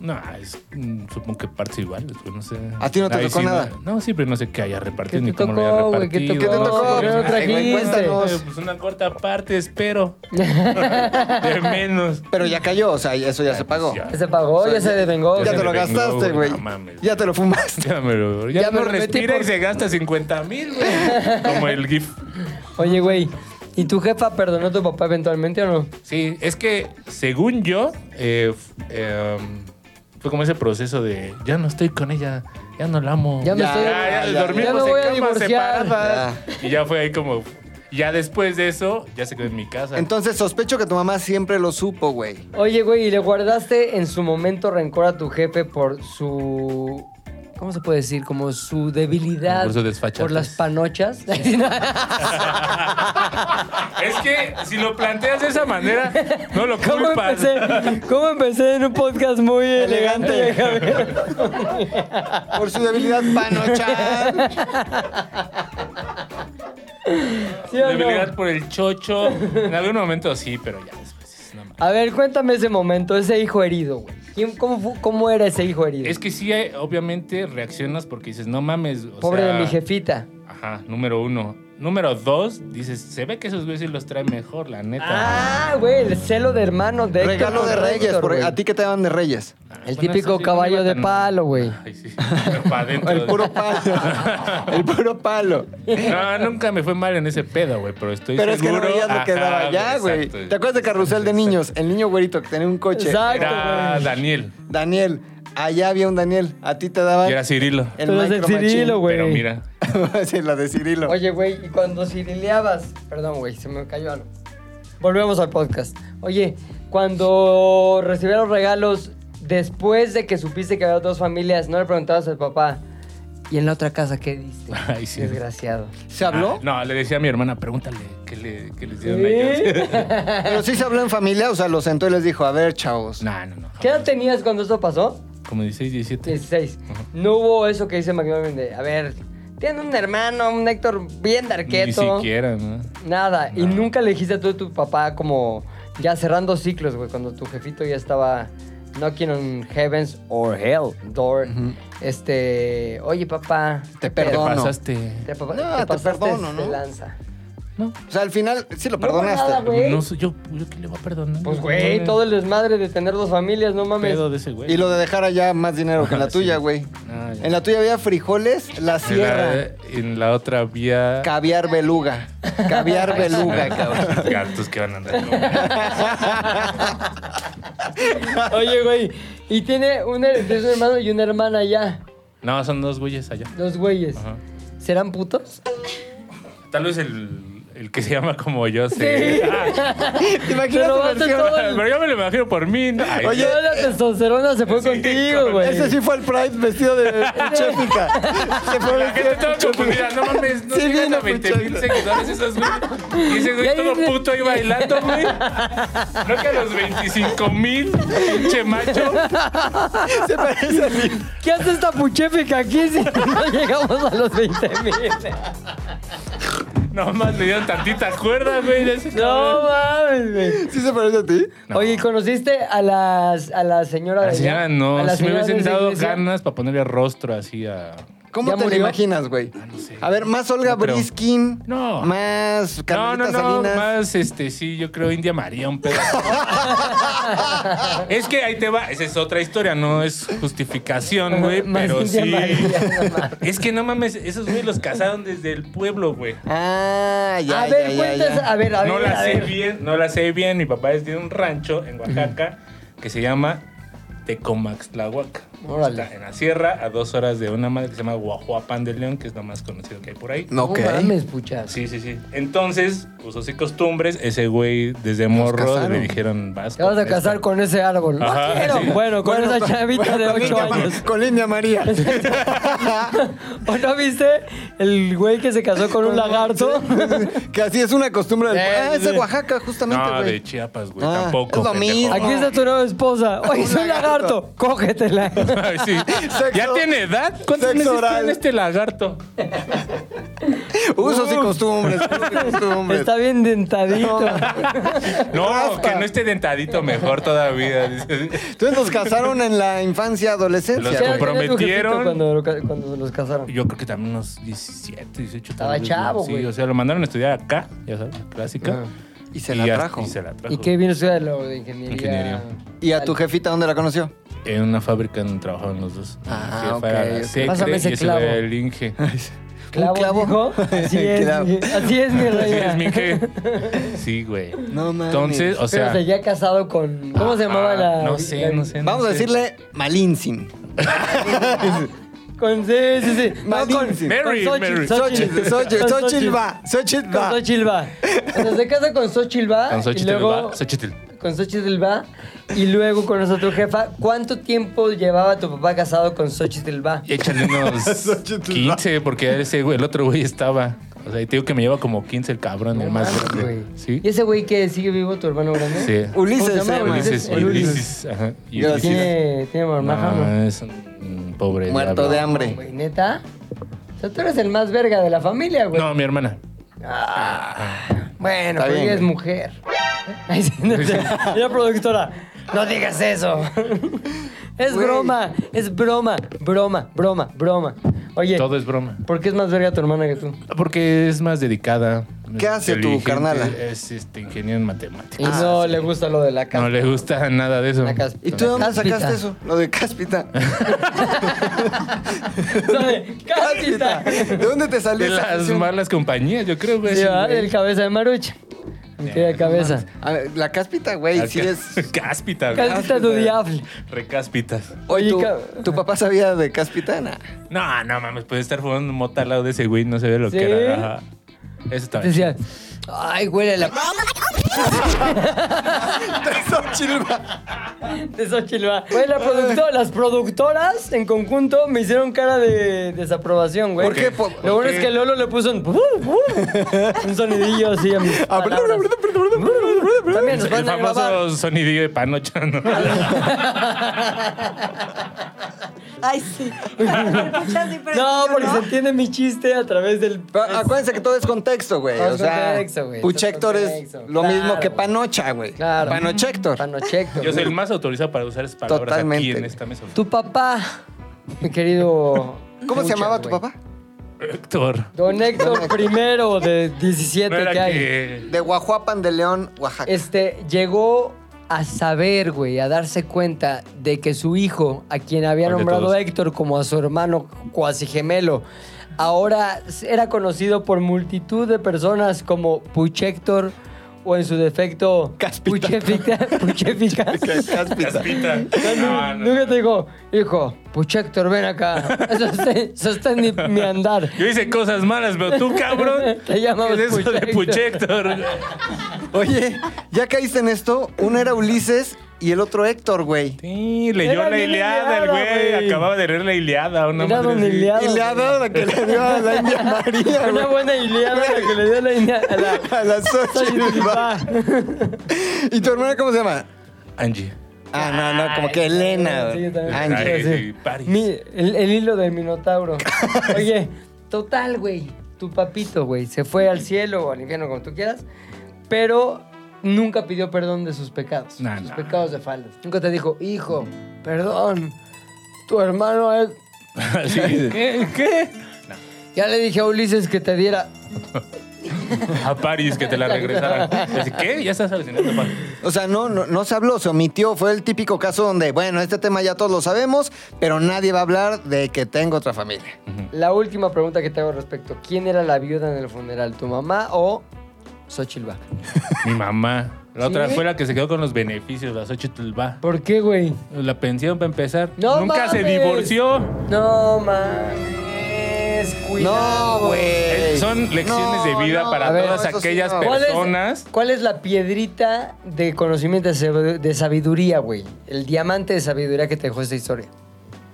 E: No, es, mm, supongo que partes iguales, güey, no sé.
C: ¿A ti no te
E: Ahí
C: tocó
E: sí,
C: nada?
E: No, no, sí, pero no sé qué haya repartido
B: ¿Qué
E: ni
B: te
E: cómo lo haya
B: tocó, güey? ¿Qué
E: repartido.
B: te
C: tocó? ¿Por qué no
E: Ay, güey,
C: trajiste?
E: cuéntanos. Pues una corta parte, espero. de menos.
C: Pero ya cayó, o sea, eso ya se pagó.
E: Ya,
B: Ya se pagó, ya se devengó.
C: Ya
E: Ya
C: te
E: se
C: lo
E: le vengó,
C: gastaste,
E: güey,
C: güey.
E: no mames.
C: Ya te lo fumaste.
E: Ya me lo. Ya,
B: Ya me
E: no
B: lo metí
E: respira
B: por-
E: y se gasta 50 mil, güey. Como el GIF.
B: Oye, güey, ¿y tu jefa perdonó a tu papá eventualmente o no?
E: Sí, es que según yo, eh, f- em, fue como ese proceso de ya no estoy con ella, ya no la amo.
B: Ya me
C: Ya,
B: estoy-
E: ya, ya,
C: ya,
E: dormimos
B: ya me voy a
E: en camas
B: divorciar.
E: separadas. Y ya fue ahí como Ya después de eso, ya se quedó en mi casa.
C: Entonces sospecho que tu mamá siempre lo supo, güey.
B: Oye, güey, ¿y le guardaste en su momento rencor a tu jefe por su. ¿Cómo se puede decir? Como su debilidad.
E: Por su desfachatez.
B: Por las panochas.
E: es que si lo planteas de esa manera, no lo
B: ¿Cómo
E: culpas.
B: empecé? ¿Cómo empecé en un podcast muy elegante? Javier?
C: Por su debilidad panocha.
B: ¿Sí o no?
E: Debilidad por el chocho. En algún momento sí, pero ya después. es una ma-
B: A ver, cuéntame ese momento, ese hijo herido, güey. ¿Quién- cómo, fu- cómo era ese hijo herido?
E: Es que sí, eh, obviamente reaccionas porque dices, no mames. o
B: Pobre
E: sea,
B: de mi jefita.
E: Ajá, número uno. Número dos, dices, se ve que esos güeyes sí los trae mejor, la neta.
B: Ah, güey, el celo de hermano de Héctor
C: Regalo de
B: con
C: Reyes,
B: Héctor,
C: porque
B: güey.
C: a ti que te daban de Reyes.
B: El
E: Ah, Bueno,
B: típico
E: eso sí, no
B: caballo
E: iba
B: de
E: tan-
B: palo, güey.
E: Ay, sí, pero pa' dentro.
C: El puro palo. El puro palo.
E: No, nunca me fue mal en ese pedo, güey, pero estoy
C: Pero es que no
E: seguro.
C: veías lo
E: Ajá,
C: que daba ya, güey.
E: exacto.
C: ¿Te acuerdas de Carrusel de Niños? El niño güerito que tenía un coche.
B: Exacto,
E: Era
B: güey.
E: Daniel.
C: Daniel, allá había un Daniel. A ti te daban
E: Y era Cirilo.
C: el
B: Pero es el
C: micro machín.
B: Cirilo, güey.
E: Pero mira,
C: sí, la de Cirilo.
B: Oye, güey, y cuando cirileabas. Perdón, güey, se me cayó algo. Volvemos al podcast. Oye, cuando recibía los regalos, después de que supiste que había dos familias, no le preguntabas al papá. ¿Y en la otra casa qué diste?
E: Ay, sí.
B: Desgraciado.
C: ¿Se habló?
E: Ah, No, le decía a mi hermana, pregúntale qué le, qué le hicieron a ellos.
B: ¿Qué
C: Pero sí se habló en familia, o sea, lo sentó y les dijo, a ver, chavos.
E: No, no, no.
B: edad tenías cuando esto pasó?
E: Como 16, 17.
B: 16. No hubo eso que dice McLovin de, a ver, tiene un hermano, un Héctor bien
E: Ni
B: darqueto.
E: siquiera, ¿no?
B: Nada, y nunca le dijiste tú a tu papá como ya cerrando ciclos, güey, cuando tu jefito ya estaba knocking on heavens or hell door. Este, oye papá,
C: Te
B: ¿qué pedo?
C: perdono.
E: Pasaste.
B: Te, papa-
C: No,
B: te
C: te
B: pasaste
C: perdono,
B: de
C: ¿no?
B: lanza.
E: Pues,
C: O sea, al final sí lo
B: No fue nada,
C: perdonaste.
B: güey.
E: No sé, yo, yo qué le voy a perdonar.
B: Pues
E: No,
B: güey,
E: no,
B: todo el desmadre de tener dos familias, no mames.
E: pedo de ese güey.
C: y lo de dejar allá más dinero que en la
E: Sí.
C: tuya, güey.
E: Ah, ya.
C: En la tuya había frijoles, la
E: En la-
C: sierra,
E: en la otra vía.
C: caviar beluga. Caviar beluga, cabrón.
E: Gatos que van a andar.
B: Oye, güey, y tiene un, her- tienes un hermano y una hermana ya,
E: No, son dos güeyes allá.
B: dos güeyes.
E: Ajá.
B: ¿Serán putos?
E: Tal vez el, el que se llama como yo sé. Ah,
C: ¿Te
B: Te
C: imaginas
B: lo
C: tu
B: vas a
C: versión?
B: todo el-
E: Pero yo me lo imagino por mí. ¿no? Ay,
B: Oye, la testosterona se fue contigo,
E: con-
B: güey.
C: Ese sí fue el Pride vestido de chefica. Se fue
E: La gente
C: vestido
E: estaba
C: de
E: confundida. No mames, no
C: Sí,
E: llegan a
C: vino,
E: 20 mil
C: muchacho.
E: seguidores esos güeyes. Y ese
B: Ya
E: güey todo
B: dice-
E: puto ahí bailando, güey. No que a los 25 mil, pinche macho.
C: Se parece a mí.
B: ¿Qué hace esta puchéfica aquí si no llegamos a los 20 mil?
E: Nomás le dieron tantitas cuerdas, güey. de ese
B: No
E: cabrón.
B: mames, güey.
C: ¿Sí se parece a ti?
E: No.
B: Oye, ¿y ¿conociste a, las, a la señora
E: A
B: de
E: La
B: allá?
E: señora no.
B: A la
E: Si me
B: señora de
E: hubiesen
B: la
E: dado
B: iglesia?
E: ganas para ponerle rostro así a.
C: ¿Cómo
B: ¿Ya
C: te lo
B: murió?
C: imaginas, güey? A ver, más Olga
E: Ah, No creo.
C: Briskin.
E: No.
C: Más
E: No,
C: Carmelita
E: no, no,
C: Salinas.
E: más este, sí, yo creo India María, un pedo. es que ahí te va, esa es otra historia, no es justificación, güey,
B: Más
E: pero
B: India
E: sí.
B: María, no mames.
E: es que no mames, esos güeyes los casaron desde el pueblo, güey.
C: Ah, ya,
B: a
C: ya,
B: ver,
C: ya,
B: cuentas,
C: ya.
B: a ver, a ver.
E: No
B: a
E: la sé
B: ver.
E: bien, no la sé bien, mi papá es de un rancho en Oaxaca que se llama Tecomaxtlahuaca.
B: Órale.
E: Está en la sierra, a dos horas de una madre que se llama Guajuapan del León, que es lo más conocido que hay por ahí.
C: No, ok.
B: No mames, puchas.
E: Sí, sí, sí. Entonces, usos y costumbres, ese güey desde morro
C: casaron.
E: le dijeron, vas.
B: Te vas a
E: con esta".
B: casar con ese árbol. No
E: Ajá,
B: quiero.
E: sí.
B: Bueno, con
C: Bueno,
B: esa chavita
C: bueno,
B: de
C: con
B: 8
C: India Ma-
B: años.
C: Con India María.
B: ¿O no viste el güey que se casó con un lagarto?
C: que así es una costumbre del
B: Sí,
C: Ah, es de
B: sí.
C: Oaxaca, justamente,
E: Eh, No, de
C: güey.
E: Chiapas, güey,
C: Ah,
E: tampoco.
C: es lo
E: pendejo.
C: mismo.
B: Aquí está tu nueva esposa. Oye, es un
C: Un lagarto.
B: lagarto. Cógetela.
E: Ay, sí. ¿Ya tiene edad? ¿Cuántos
C: Sexo
E: meses
C: oral.
E: tiene este lagarto?
C: Usos y costumbres, usos y costumbres.
B: Está bien dentadito.
E: No,
C: Raspa.
E: que no esté dentadito mejor todavía. dice.
C: Entonces nos casaron en la infancia,
E: Los
C: adolescencia.
B: ¿Qué edad
C: güey.
E: compró.
B: tenía tu
E: comprometieron.
B: jefito Cuando, lo ca- cuando los casaron.
E: Yo creo que también unos 17, 18.
B: Estaba
E: tal vez,
B: chavo,
E: Sí,
B: güey.
E: o sea, lo mandaron a estudiar acá, ya sabes, la clásica.
C: Y se la
E: a-
C: trajo.
E: Y se la trajo.
B: ¿Y qué vino a estudiar lo de ingeniería?
E: Ingeniería.
C: ¿Y a tu jefita dónde la conoció?
E: En una fábrica donde trabajaban los dos.
C: Ah,
E: Mi jefa
C: ok,
E: era
C: ok.
E: la secre
B: Pásame ese
E: y ese
B: clavo.
E: era el Inge.
B: ¿Clavo?
C: clavo?
B: dijo? Así es.
C: Clavo.
B: mi- Así es, mi
E: Así
B: rey.
E: es, mi Inge. Sí, güey.
C: No mames.
E: Entonces, o
B: Pero
E: sea.
B: se ya casado con. ¿Cómo se llamaba
E: ah,
B: la.?
E: No sé,
B: la-
E: no sé. no
C: Vamos a
E: sé.
C: decirle Malinsin.
B: Con sí, sí, sí.
C: Malín,
B: con,
C: sí.
E: Mary,
B: con
E: Mary.
C: Xochitl, Xochitl,
B: Con
C: Xochitl va, Xochitl
B: Con
C: va.
B: Xochitl va. O sea, se casa con Xochitl va.
E: Con
B: y
E: Xochitl
B: luego,
E: va. Xochitl.
B: Con Xochitl va. Y luego con esa tu jefa. ¿Cuánto tiempo llevaba tu papá casado con Xochitl va?
E: Y échale unos 15, porque ese güey, el otro güey estaba. O sea, y te digo que me lleva como 15 el cabrón, el más
B: Ah, güey.
E: grande. ¿Sí?
B: ¿Y ese güey que sigue vivo, tu hermano grande?
E: Sí.
C: Ulises
B: ¿Cómo se
C: se
B: llama?
C: llama.
E: Ulises,
B: el Ulises.
E: Ulises. Ajá. Y
C: Yo
E: Ulises.
B: ¿Tiene, tiene marmaja, no?
E: No, es un pobre.
C: Muerto
E: diablo.
C: de hambre.
B: Güey, ¿Neta? O sea, tú eres el más verga de la familia, güey. Ah,
E: No, mi hermana.
B: Bueno,
C: Está
B: pero
C: bien,
B: ella es
C: güey.
B: mujer. Ay, sí, no, sí. Mira, productora, no digas eso. Es
C: Güey.
B: broma, es broma, broma, broma, broma. Oye,
E: Todo es broma.
B: ¿por qué es más verga tu hermana que tú?
E: Porque es más dedicada.
C: ¿Qué
E: es
C: hace tu
E: inteligente,
C: carnala?
E: Es este, ingeniero en matemáticas.
B: Y no le gusta lo de la
C: Ah,
B: casa.
E: Ah, No le gusta nada de eso.
B: La caspa.
C: ¿Y tú de dónde
B: Cáspita.
C: sacaste eso? Lo de cáspita.
B: Cáspita.
C: ¿De dónde te salió
E: De
C: esa
E: las
C: afición?
E: malas compañías, yo creo, güey.
B: Pues Sí, ¿verdad?
E: güey.
B: el cabeza de Marucha. Mi querida cabeza.
C: A ver, la cáspita, güey, sí es...
E: Cáspita, güey.
B: Cáspita tu diablo.
E: Recáspitas.
B: Oye,
C: Oye, ¿tu,
B: cab-
C: tu papá sabía de cáspita? Nah.
E: No, no mames, puede estar fumando mota al lado de ese güey, no se ve lo
B: ¿Sí?
E: que era. Ajá. Eso está bien.
B: Decía, ay, huele la... De Xochitl va. Güey, la productora, las productoras en conjunto me hicieron cara de desaprobación, güey.
C: ¿Por qué? ¿Por-
B: Lo bueno es que Lolo le puso un, ¡uh, un sonidillo así a mis
C: Ah,
B: palabras. También nos
E: El
B: van a grabar.
E: famoso sonidillo de panocha, ¿no?
H: Ay, sí. Escuchas sí, pero
B: No,
H: yo
B: porque se
H: no.
B: entiende mi chiste a través del...
C: Pero acuérdense que todo es contexto, güey.
B: Todo
C: O
B: es
C: sea,
B: contexto, güey. Todo es
C: Puchector es
B: contexto.
C: lo mismo
B: Claro,
C: que
B: güey.
C: Panocha, güey.
B: Claro.
C: Panochector.
B: Panochecto.
E: Yo soy el
B: güey.
E: más autorizado para usar esas palabras aquí
C: Totalmente.
E: en esta mesa.
B: Tu papá, mi querido...
C: ¿Cómo se
B: Pucha,
C: llamaba tu
B: güey.
C: papá?
E: Héctor.
B: Don Héctor primero de
E: No
B: 17
E: era
B: que hay.
E: que...
C: De Guajuapan de León, Oaxaca.
B: Este, llegó a saber, güey, a darse cuenta de que su hijo, a quien había
E: ¿Cuál de
B: nombrado
E: todos?
B: Héctor como a su hermano cuasi gemelo, ahora era conocido por multitud de personas como Puchector o en su defecto
C: Caspita.
B: Puchefica. Puchefica.
C: Cáspita.
E: Caspita. No, no.
B: Nunca te digo, hijo, Puchector, ven acá. Sostén, sostén mi, mi andar.
E: Yo hice cosas malas, pero tú, cabrón.
B: Te llamabas
E: ¿qué es eso de
B: Puchector.
E: Puchector?
C: Oye, ya caíste en esto. Uno era Ulises y el otro Héctor, güey.
E: Sí, leyó
B: Era
E: la
B: bien
E: Iliada, el
B: Iliada,
E: güey.
B: güey.
E: Acababa de leer la Iliada. Una
B: Era
E: madre
B: don
E: así.
B: Iliada.
C: Y le ha dado la que le dio a la India María,
B: Una
C: güey.
B: buena Iliada la que le dio la India a la...
C: A la Xochitl. va.
B: Va.
C: ¿Y tu hermana cómo se llama?
E: Angie.
C: Ah, no, no, como que Elena.
B: Sí, yo
C: güey.
B: también.
C: Angie.
E: Ay,
B: Sí.
E: sí, Paris.
B: Mi- el, el hilo del Minotauro. Oye, total, güey. Tu papito, güey, se fue al cielo o al infierno, como tú quieras, pero nunca pidió perdón de sus pecados.
E: No,
B: sus
E: no.
B: pecados de faldas. Nunca te dijo, hijo, perdón, tu hermano es...
E: Así es. ¿Qué? ¿Qué?
B: Ya le dije a Ulises que te diera...
E: A París que te la regresaran. Así, ¿Qué? Ya estás alucinando, Paris.
C: O sea, no, no, no se habló, se omitió. Fue el típico caso donde, bueno, este tema ya todos lo sabemos, pero nadie va a hablar de que tengo otra familia.
B: La última pregunta que te hago al respecto. ¿Quién era la viuda en el funeral, tu mamá o Xochitl Bach?
E: Mi mamá. La
B: ¿Sí?
E: otra fue la que se quedó con los beneficios, la Xochitl va.
B: ¿Por qué, güey?
E: La pensión para empezar.
B: ¡No
E: Nunca se
B: mames!
E: divorció.
B: No mames, cuidado.
C: No, güey.
E: Eh, Son lecciones de vida para
B: a ver,
E: todas
C: eso sí,
E: aquellas
C: no.
B: ¿Cuál es-
E: personas.
B: ¿Cuál es la piedrita de conocimiento de sab- de sabiduría, güey? El diamante de sabiduría que te dejó esta historia.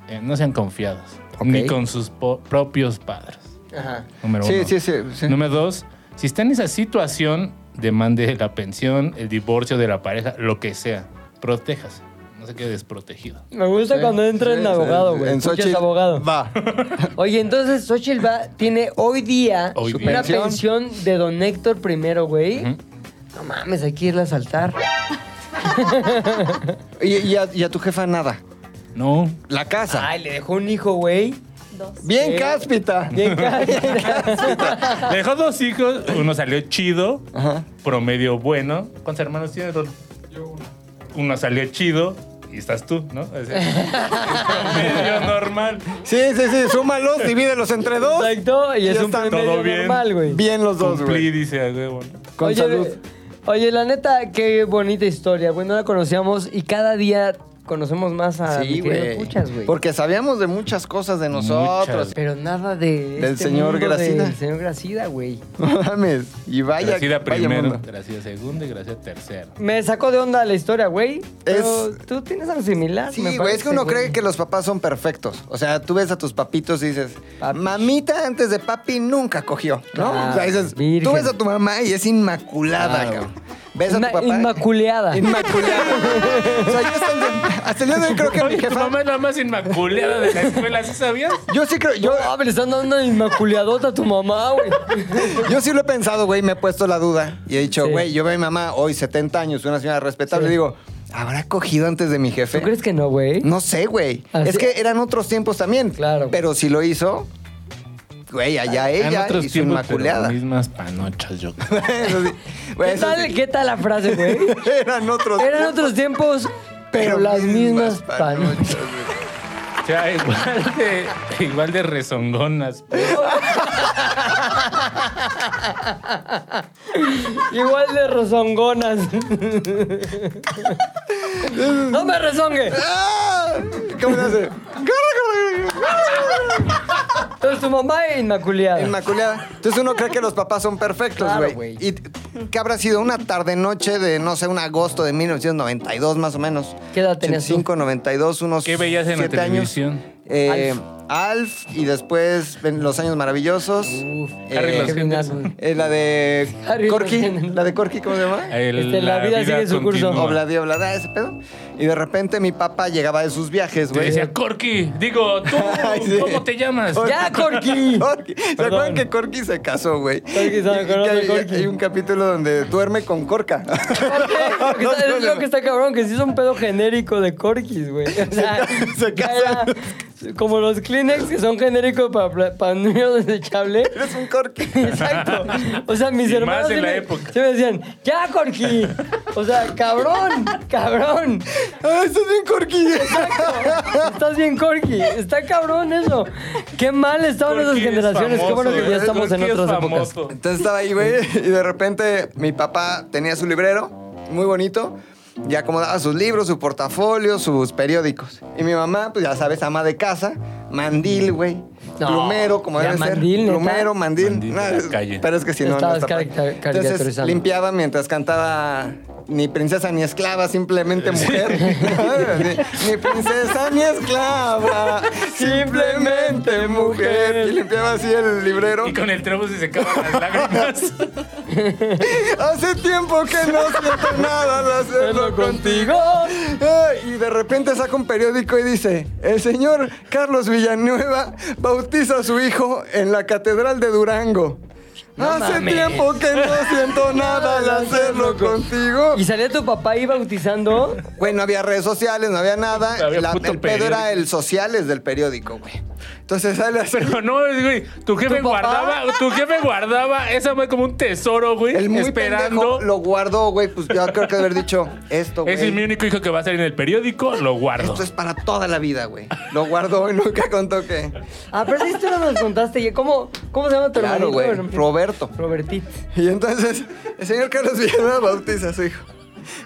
E: Eh, no sean confiados.
B: Ok.
E: Ni con sus po- propios padres.
B: Ajá.
E: Número
C: Sí,
E: uno.
C: sí, sí. sí.
E: Número dos, si está en esa situación, demande la pensión, el divorcio de la pareja, lo que sea. Protéjase. No se quede desprotegido.
B: Me gusta cuando entra en
C: Sí,
B: abogado,
C: sí,
B: güey.
C: En
B: Pucha, es
C: Xochitl.
B: abogado.
C: Va.
B: Oye, entonces Xochitl va, tiene hoy día
E: Hoy
B: una
E: día.
B: pensión de don Héctor primero, güey.
E: Ujú.
B: No mames, hay que irla a saltar.
C: Y, y a, y a tu jefa nada.
E: No.
C: La casa.
B: Ay, le dejó un hijo, güey.
C: Bien,
B: sí.
C: cáspita.
B: Bien caro.
E: Dejó dos hijos. Uno salió chido,
C: Ajá.
E: promedio bueno. ¿Cuántos hermanos tienes, Rol? uno. salió chido y estás tú, ¿no? Es el- promedio normal.
C: Sí, sí, sí. Súmalos, divídelos entre dos.
B: Exacto, y es
C: Ya
B: un
C: está.
B: promedio
E: Todo bien.
B: normal, güey.
C: Bien los dos, güey.
E: Cumplí, dice a huevo, ¿no?
C: Con
B: oye,
C: salud.
B: Oye, la neta, qué bonita historia, güey. No la conocíamos y cada día conocemos más a Ah, mi
C: Sí,
B: querido
C: güey.
B: Puchas, güey.
C: Porque sabíamos de muchas cosas de nosotros.
E: Muchas.
B: Pero nada de. este
C: Del señor
B: mundo
C: Gracida.
B: Del señor Gracida, güey.
C: No mames. Y vaya.
E: Graciela
C: vaya
E: primero,
C: mundo.
E: gracias segundo y gracias tercero.
B: Me sacó de onda la historia, güey. Pero
C: Es-
B: tú tienes algo similar. me
C: Sí, güey,
B: parece,
C: es que uno cree que los papás son perfectos. O sea, tú ves a tus papitos y dices,
B: Papi.
C: mamita antes de papi nunca cogió, ¿no?
B: Ah,
C: o sea, dices,
B: virgen.
C: tú ves a tu mamá y es inmaculada,
B: Claro.
C: cabrón. Ves a tu
B: Inma-
C: papá.
B: Inmaculeada.
C: Inmaculada. o sea, yo hasta el, día- hasta el día de hoy creo que mi
E: Oye, tu
C: jefa.
E: mamá es la más inmaculada de la escuela, ¿sí sabías?
C: Yo sí creo, yo,
B: Ah, pero le están dando una inmaculeadota a tu mamá, güey.
C: yo sí lo he pensado, güey, me he puesto la duda y he dicho,
B: Sí.
C: güey, yo veo a mi mamá hoy 70 años, una señora respetable,
B: Sí.
C: y digo, ¿habrá cogido antes de mi jefe?
B: ¿Tú crees que no, güey?
C: No sé, güey.
B: Así-
C: Es que eran otros tiempos también.
B: Ah, Claro. Ah,
C: Pero si lo hizo, güey, allá
E: En
C: ella
E: otros
C: y su
E: tiempos,
C: inmaculada.
E: pero mismas panochas, yo creo.
C: Eso sí. Güey,
B: ¿Qué
C: eso
B: tal,
C: sí.
B: ¿Qué tal la frase, güey?
C: Eran otros
B: Eran otros tiempos, pero, las mismas panochas.
C: güey.
E: O sea, igual de, igual de rezongonas. pues.
B: Igual de rezongonas. ¡No me rezongue!
C: ¡Ah! ¿Cómo se hace?
B: Entonces tu mamá es inmaculeada.
C: Inmaculada. Entonces uno cree que los papás son perfectos,
B: Claro,
C: güey.
B: güey.
C: ¿Y t- qué habrá sido? Una tarde-noche de, no sé, un agosto de 1992 más o menos.
B: ¿Qué edad tenías tú?
C: 85, 92, unos
E: ¿Qué veías en la
C: siete años.
E: televisión?
C: Eh, Alf. y después ven Los Años Maravillosos.
B: Uf,
C: Eh,
E: Harry los
B: qué
E: Hendersons.
B: vinagre.
C: eh, la de
B: Harry
C: Corky.
B: Potter.
C: La de Corky, ¿cómo se llama?
E: El-
B: Este, la vida sigue su curso.
E: continúa.
C: Obladi, oblada, ese pedo. Y de repente mi papá llegaba de sus viajes,
E: Te
C: güey.
E: decía, Corky, digo, tú,
C: Ay, sí.
E: ¿cómo te llamas?
B: ¡Ya, Corky!
C: Corky. ¿Se
B: Perdón.
C: acuerdan que Corky se casó, güey?
B: Corky se
C: Y- y
B: conoce
C: hay,
B: Corky.
C: hay un capítulo donde duerme con Corca.
B: Aparte, lo que está- es lo que está cabrón, que sí es un pedo genérico de corquis, güey. O sea,
C: Se- se
B: ya
C: casan
B: era como los Kleenex que son genéricos para, pla- para niños desechables.
C: Eres un Corky.
B: Exacto. O sea, mis
E: Y más
B: hermanos
E: en
B: sí
E: la
B: me,
E: época.
B: sí me decían, ya, Corky. O sea, cabrón, cabrón.
C: ¡Ah, estás bien Corky!
B: Estás bien, Corky. Está cabrón eso. Qué mal estaban
E: Corky
B: esas
E: es
B: generaciones. Qué bueno que
E: famoso,
B: ya
E: güey.
B: estamos en
E: Corky es
B: otras épocas.
E: famoso.
C: Entonces estaba ahí, güey, y de repente mi papá tenía su librero, muy bonito, y acomodaba sus libros, su portafolio, sus periódicos. Y mi mamá, pues ya sabes, ama de casa, mandil, güey.
B: No,
C: plumero, como
B: ya
C: debe
B: mandil,
C: ser.
B: neta.
C: Plumero, mandil.
E: Mandil de
C: No,
E: la
C: es-
E: calle.
C: Pero es que si no, no
B: Estabas
C: está padre.
B: cari- cari-
C: Entonces
B: caricaturizando.
C: limpiaba mientras cantaba ni princesa ni esclava, simplemente mujer. ni, ni princesa ni esclava, simplemente mujer. Y limpiaba así el librero.
E: Y con el trebo se secaban las lágrimas.
C: Hace tiempo que no siento nada de hacerlo
B: Pero
C: contigo.
B: contigo.
C: Ay, y de repente saca un periódico y dice, el señor Carlos Villanueva bautiza a su hijo en la Catedral de Durango. Hace
B: mames.
C: tiempo que no siento nada al hacerlo contigo.
B: Y salía tu papá ahí bautizando.
C: Güey, no había redes sociales, no había nada.
E: No había
C: La- el
E: puto
C: pedo era
E: periódico.
C: el sociales del periódico, güey. Entonces sale así.
E: Pero no, güey, tu jefe
B: ¿Tu papá?
E: guardaba, tu jefe guardaba esa madre como un tesoro, güey,
C: El muy
E: esperando.
C: pendejo lo guardó, güey. Pues yo creo que haber dicho esto, güey.
E: Ese es mi único hijo que va a salir en el periódico, lo guardo.
C: Esto es para toda la vida, güey. Lo guardó y nunca contó que.
B: Ah, pero esa historia nos contaste. ¿y ¿Cómo, cómo se llama tu hermano?
C: Claro, güey. Roberto.
B: Robertit.
C: Y entonces, el señor Carlos Villanueva bautiza a su hijo.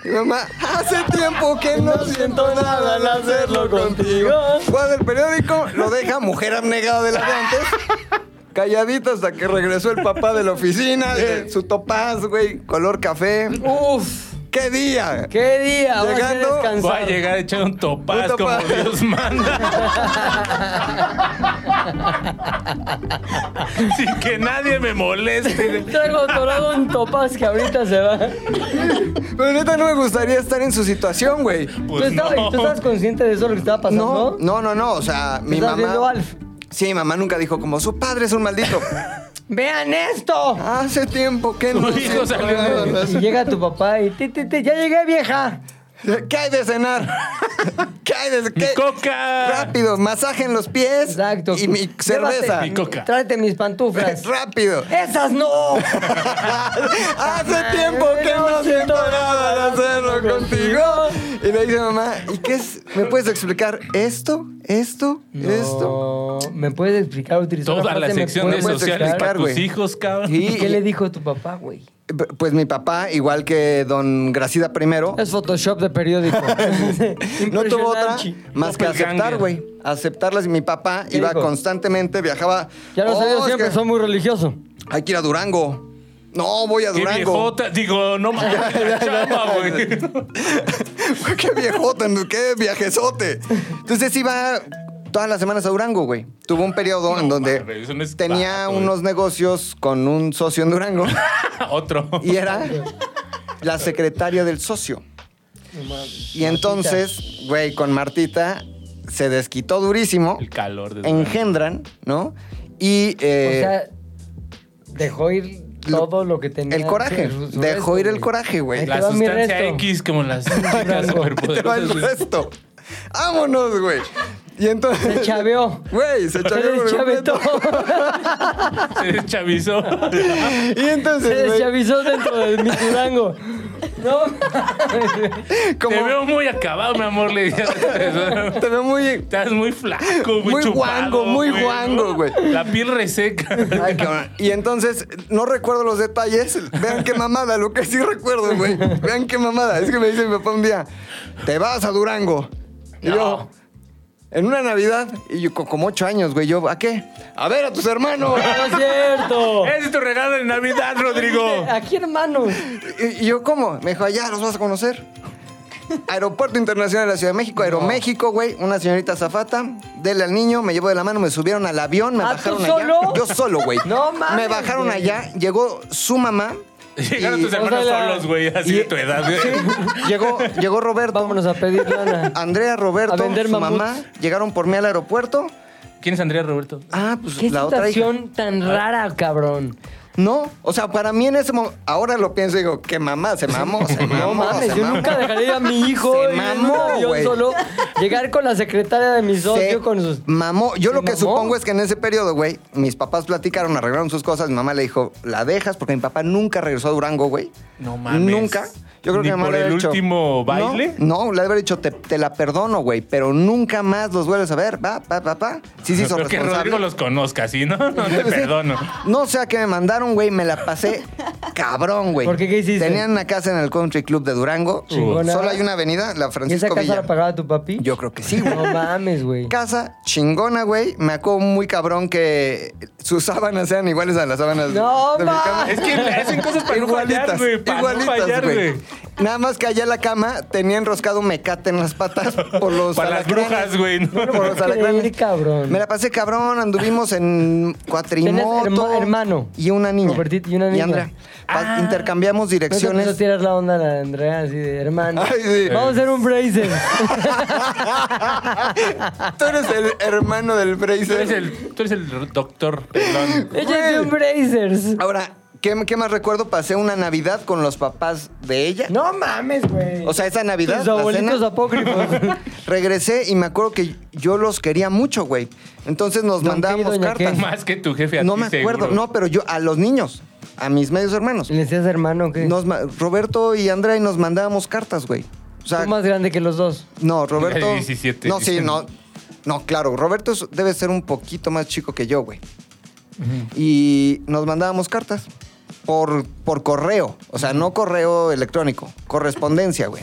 C: Mi mamá, hace tiempo que no, siento nada al hacerlo contigo. Guarda el periódico, lo deja mujer abnegada de la de antes. Calladita hasta que regresó el papá de la oficina, de su topaz, güey, color café.
B: Uf,
C: ¡Qué día!
B: qué día. Ahora sí
C: Llegando,
E: Voy a
B: descansado.
E: llegar a echar un topaz
C: Un
E: como
C: topaz.
E: Dios manda. Sin que nadie me moleste.
B: Traigo atorado un topaz que ahorita se va.
C: Pero neta no me gustaría estar en su situación, güey.
B: ¿Tú,
E: Pues
B: estabas,
E: no.
B: ¿Tú estabas consciente de eso, lo que estaba pasando?
C: No, no, no, no, o sea, mi
B: ¿Estás
C: mamá...
B: viendo Alf?
C: Sí, mi mamá nunca dijo como, su padre es un maldito.
B: ¡Vean esto!
C: Hace tiempo que no.
E: Tu hijo
C: siento
E: salió
C: nada
E: de-
C: más.
B: Y llega tu papá y ti, ti, ti, ya llegué, vieja.
C: ¿Qué hay de cenar? ¿Qué hay de
E: ¡Mi
C: qué?
E: coca!
C: Rápido, masaje en los pies.
B: Exacto.
C: Y mi
B: Llévate-
C: cerveza.
E: Mi coca.
B: Tráete mis pantuflas.
C: Rápido.
B: ¡Esas no!
C: Hace tiempo que no siento nada al hacerlo contigo. Y le dice mamá, ¿y qué es? ¿Me puedes explicar esto? ¿Esto?
B: No,
C: ¿Esto?
B: ¿me puedes explicar? Utilizó
E: Toda
B: frase,
E: la
B: ¿me
E: sección de
B: puedes
C: puedes
E: sociales
B: explicar?
E: para
C: explicar,
E: tus
C: güey?
E: hijos, cabrón.
C: Y-
B: ¿Qué le dijo tu papá, güey?
C: P- Pues mi papá, igual que don Gracida primero,
B: Es Photoshop de periódico.
C: no tuvo otra
B: Impresionante.
C: más que aceptar,
E: Doppelganger.
C: güey. Aceptarlas. Mi papá
B: ¿Qué
C: iba
B: dijo?
C: constantemente, viajaba.
B: Ya lo
C: "Oh,
B: sabía
C: es
B: siempre,
C: que
B: soy muy religioso.
C: Hay que ir a Durango. No, voy a
E: Qué
C: Durango.
E: viejota. Digo, no mames, la chamba, güey.
C: qué viejota, qué viajezote. Entonces iba todas las semanas a Durango, güey. Tuvo un periodo en donde
E: mames, eso no es
C: tenía
E: barato,
C: unos negocios con un socio en Durango
E: Otro.
C: y era la secretaria del socio. Y entonces, güey, con Martita se desquitó durísimo.
E: El calor. de-
C: engendran, ¿no? Y eh,
B: o sea, dejó ir
C: lo-
B: todo lo que tenía.
C: el coraje.
B: su- su
C: Dejó
B: resto,
C: ir el
B: güey.
C: coraje, güey.
B: Ahí
E: La
B: te va mi
E: sustancia
B: resto.
E: X, como las chicas
C: te va el
E: superpoderosas. güey.
C: resto. ¡Vámonos, güey! Y entonces.
B: Se chaveó.
C: Güey, se
B: Se
C: chaveó por
B: deschavetó.
C: completo.
E: Se deschavizó.
C: Y
B: Se
C: entonces, Pues, güey,
B: deschavizó dentro de mi Durango. No.
E: Te
C: como
E: veo muy acabado, mi amor, le dije.
C: te veo muy.
E: Estás muy flaco, güey.
C: Muy
E: chupado,
C: guango, muy
E: güey,
C: guango,
E: ¿no?
C: güey.
E: La piel reseca.
C: Ay, cabrón. Y entonces, no recuerdo los detalles. Vean qué mamada, lo que sí recuerdo, güey. Vean qué mamada. Es que me dice mi papá un día, te vas a Durango. Y yo, en una Navidad, y yo co- como ocho años, güey, yo, ¿a qué? A ver a tus hermanos.
B: No es cierto.
E: Ese es tu regalo de Navidad, Rodrigo.
B: Aquí, hermano.
C: Y, y yo, ¿cómo? Me dijo, allá los vas a conocer. Aeropuerto Internacional de la Ciudad de México, Aeroméxico, güey. Una señorita zafata, dele al niño, me llevó de la mano, me subieron al avión, me
B: ¿Ah, tú
C: bajaron allá.
B: solo?
C: Yo solo, güey.
B: No mames,
C: Me bajaron
B: güey.
C: allá, llegó su mamá.
E: Llegaron
C: y-
E: tus hermanos
B: o sea, la-
E: solos, güey, así de tu edad, güey.
C: Llegó, llegó Roberto,
B: Vámonos a pedir lana.
C: Andrea, Roberto,
B: A vender
C: su
B: mamuts.
C: mamá, llegaron por mí al aeropuerto.
E: ¿Quién es Andrea Roberto?
C: Ah, pues
B: Qué
C: la otra hija. Ah.
B: situación tan rara, cabrón.
C: No, o sea, para mí en ese momento, ahora lo pienso y digo, que mamá, se mamó, se mamó.
B: No mames,
C: se
B: yo
C: mamó.
B: nunca dejaría a mi hijo
C: Se
B: ir en un
C: mamó,
B: avión
C: güey.
B: solo llegar con la secretaria de mi socio
C: Se
B: con sus
C: Mamó. Yo
B: ¿Se
C: lo que
B: mamó?
C: supongo es que en ese periodo, güey, mis papás platicaron, arreglaron sus cosas. Mi mamá le dijo, la dejas porque mi papá nunca regresó a Durango, güey.
E: No mames.
C: Nunca. Yo creo
E: ¿Ni
C: que mi mamá
E: por
C: le
E: el
C: había dicho,
E: último baile?
C: No, no, le habría dicho, te, te la perdono, güey, pero nunca más los vuelves a ver. Va, va, va, va. Sí, sí, son
E: Pero que Rodrigo los conozca, ¿sí? No, no te perdono.
C: No sé a qué me mandaron, güey. Me la pasé cabrón, güey.
B: ¿Por qué? ¿Qué hiciste?
C: Tenían una casa en el Country Club de Durango.
B: Chingona.
C: Solo hay una avenida, la
B: ¿Y esa
C: Francisco
B: casa
C: Villa.
B: la pagaba tu papi?
C: Yo creo que sí, güey.
B: No mames, güey.
C: Casa chingona, güey. Me acuerdo muy cabrón que sus sábanas sean iguales a las sábanas
B: No,
C: de mi
B: ma.
C: cama.
E: Es que hacen cosas para no fallar, güey. Para no fallar, güey.
C: Nada más que allá en la cama tenía enroscado un mecate en las patas por los
E: Para las
C: alacranes.
E: brujas, güey. ¿no?
C: Por los alacranes.
B: Creer, cabrón.
C: Me la pasé cabrón, anduvimos en cuatrimoto.
B: Tenías herma- hermano.
C: Y una niña.
B: Robertito, y una niña.
C: Andrea. Pa-
E: Ah.
C: Intercambiamos
B: No te
C: direcciones.
B: empezó a tirar la onda a la Andrea así de hermano.
C: Ay, sí.
B: Vamos a hacer un brazen.
C: Tú eres el hermano del
E: Tú
C: Bracer.
E: eres el, tú eres el doctor, perdón.
B: Ella es un brazers.
C: Ahora, ¿qué, qué más recuerdo? Pasé una Navidad con los papás de ella.
B: No mames, güey.
C: O sea, esa Navidad,
B: Tus
C: la
B: abuelitos
C: cena,
B: apócrifos.
C: regresé y me acuerdo que yo los quería mucho, güey. Entonces nos
B: Don
C: mandábamos
B: qué y doña
C: cartas.
B: qué.
E: Más que tu jefe a
C: No
E: ti,
C: me acuerdo,
E: seguro.
C: no, pero yo a los niños, a mis medios hermanos.
B: ¿Y ¿Le decías hermano qué?
C: Nos ma- Roberto y Andrea y nos mandábamos cartas, güey. O sea,
B: Tú más grande que los dos.
C: no, Roberto.
E: 17,
C: no, sí,
E: dicen.
C: no. No, claro, Roberto es- debe ser un poquito más chico que yo, güey. Y nos mandábamos cartas por, por correo, o sea, no correo electrónico, correspondencia, güey.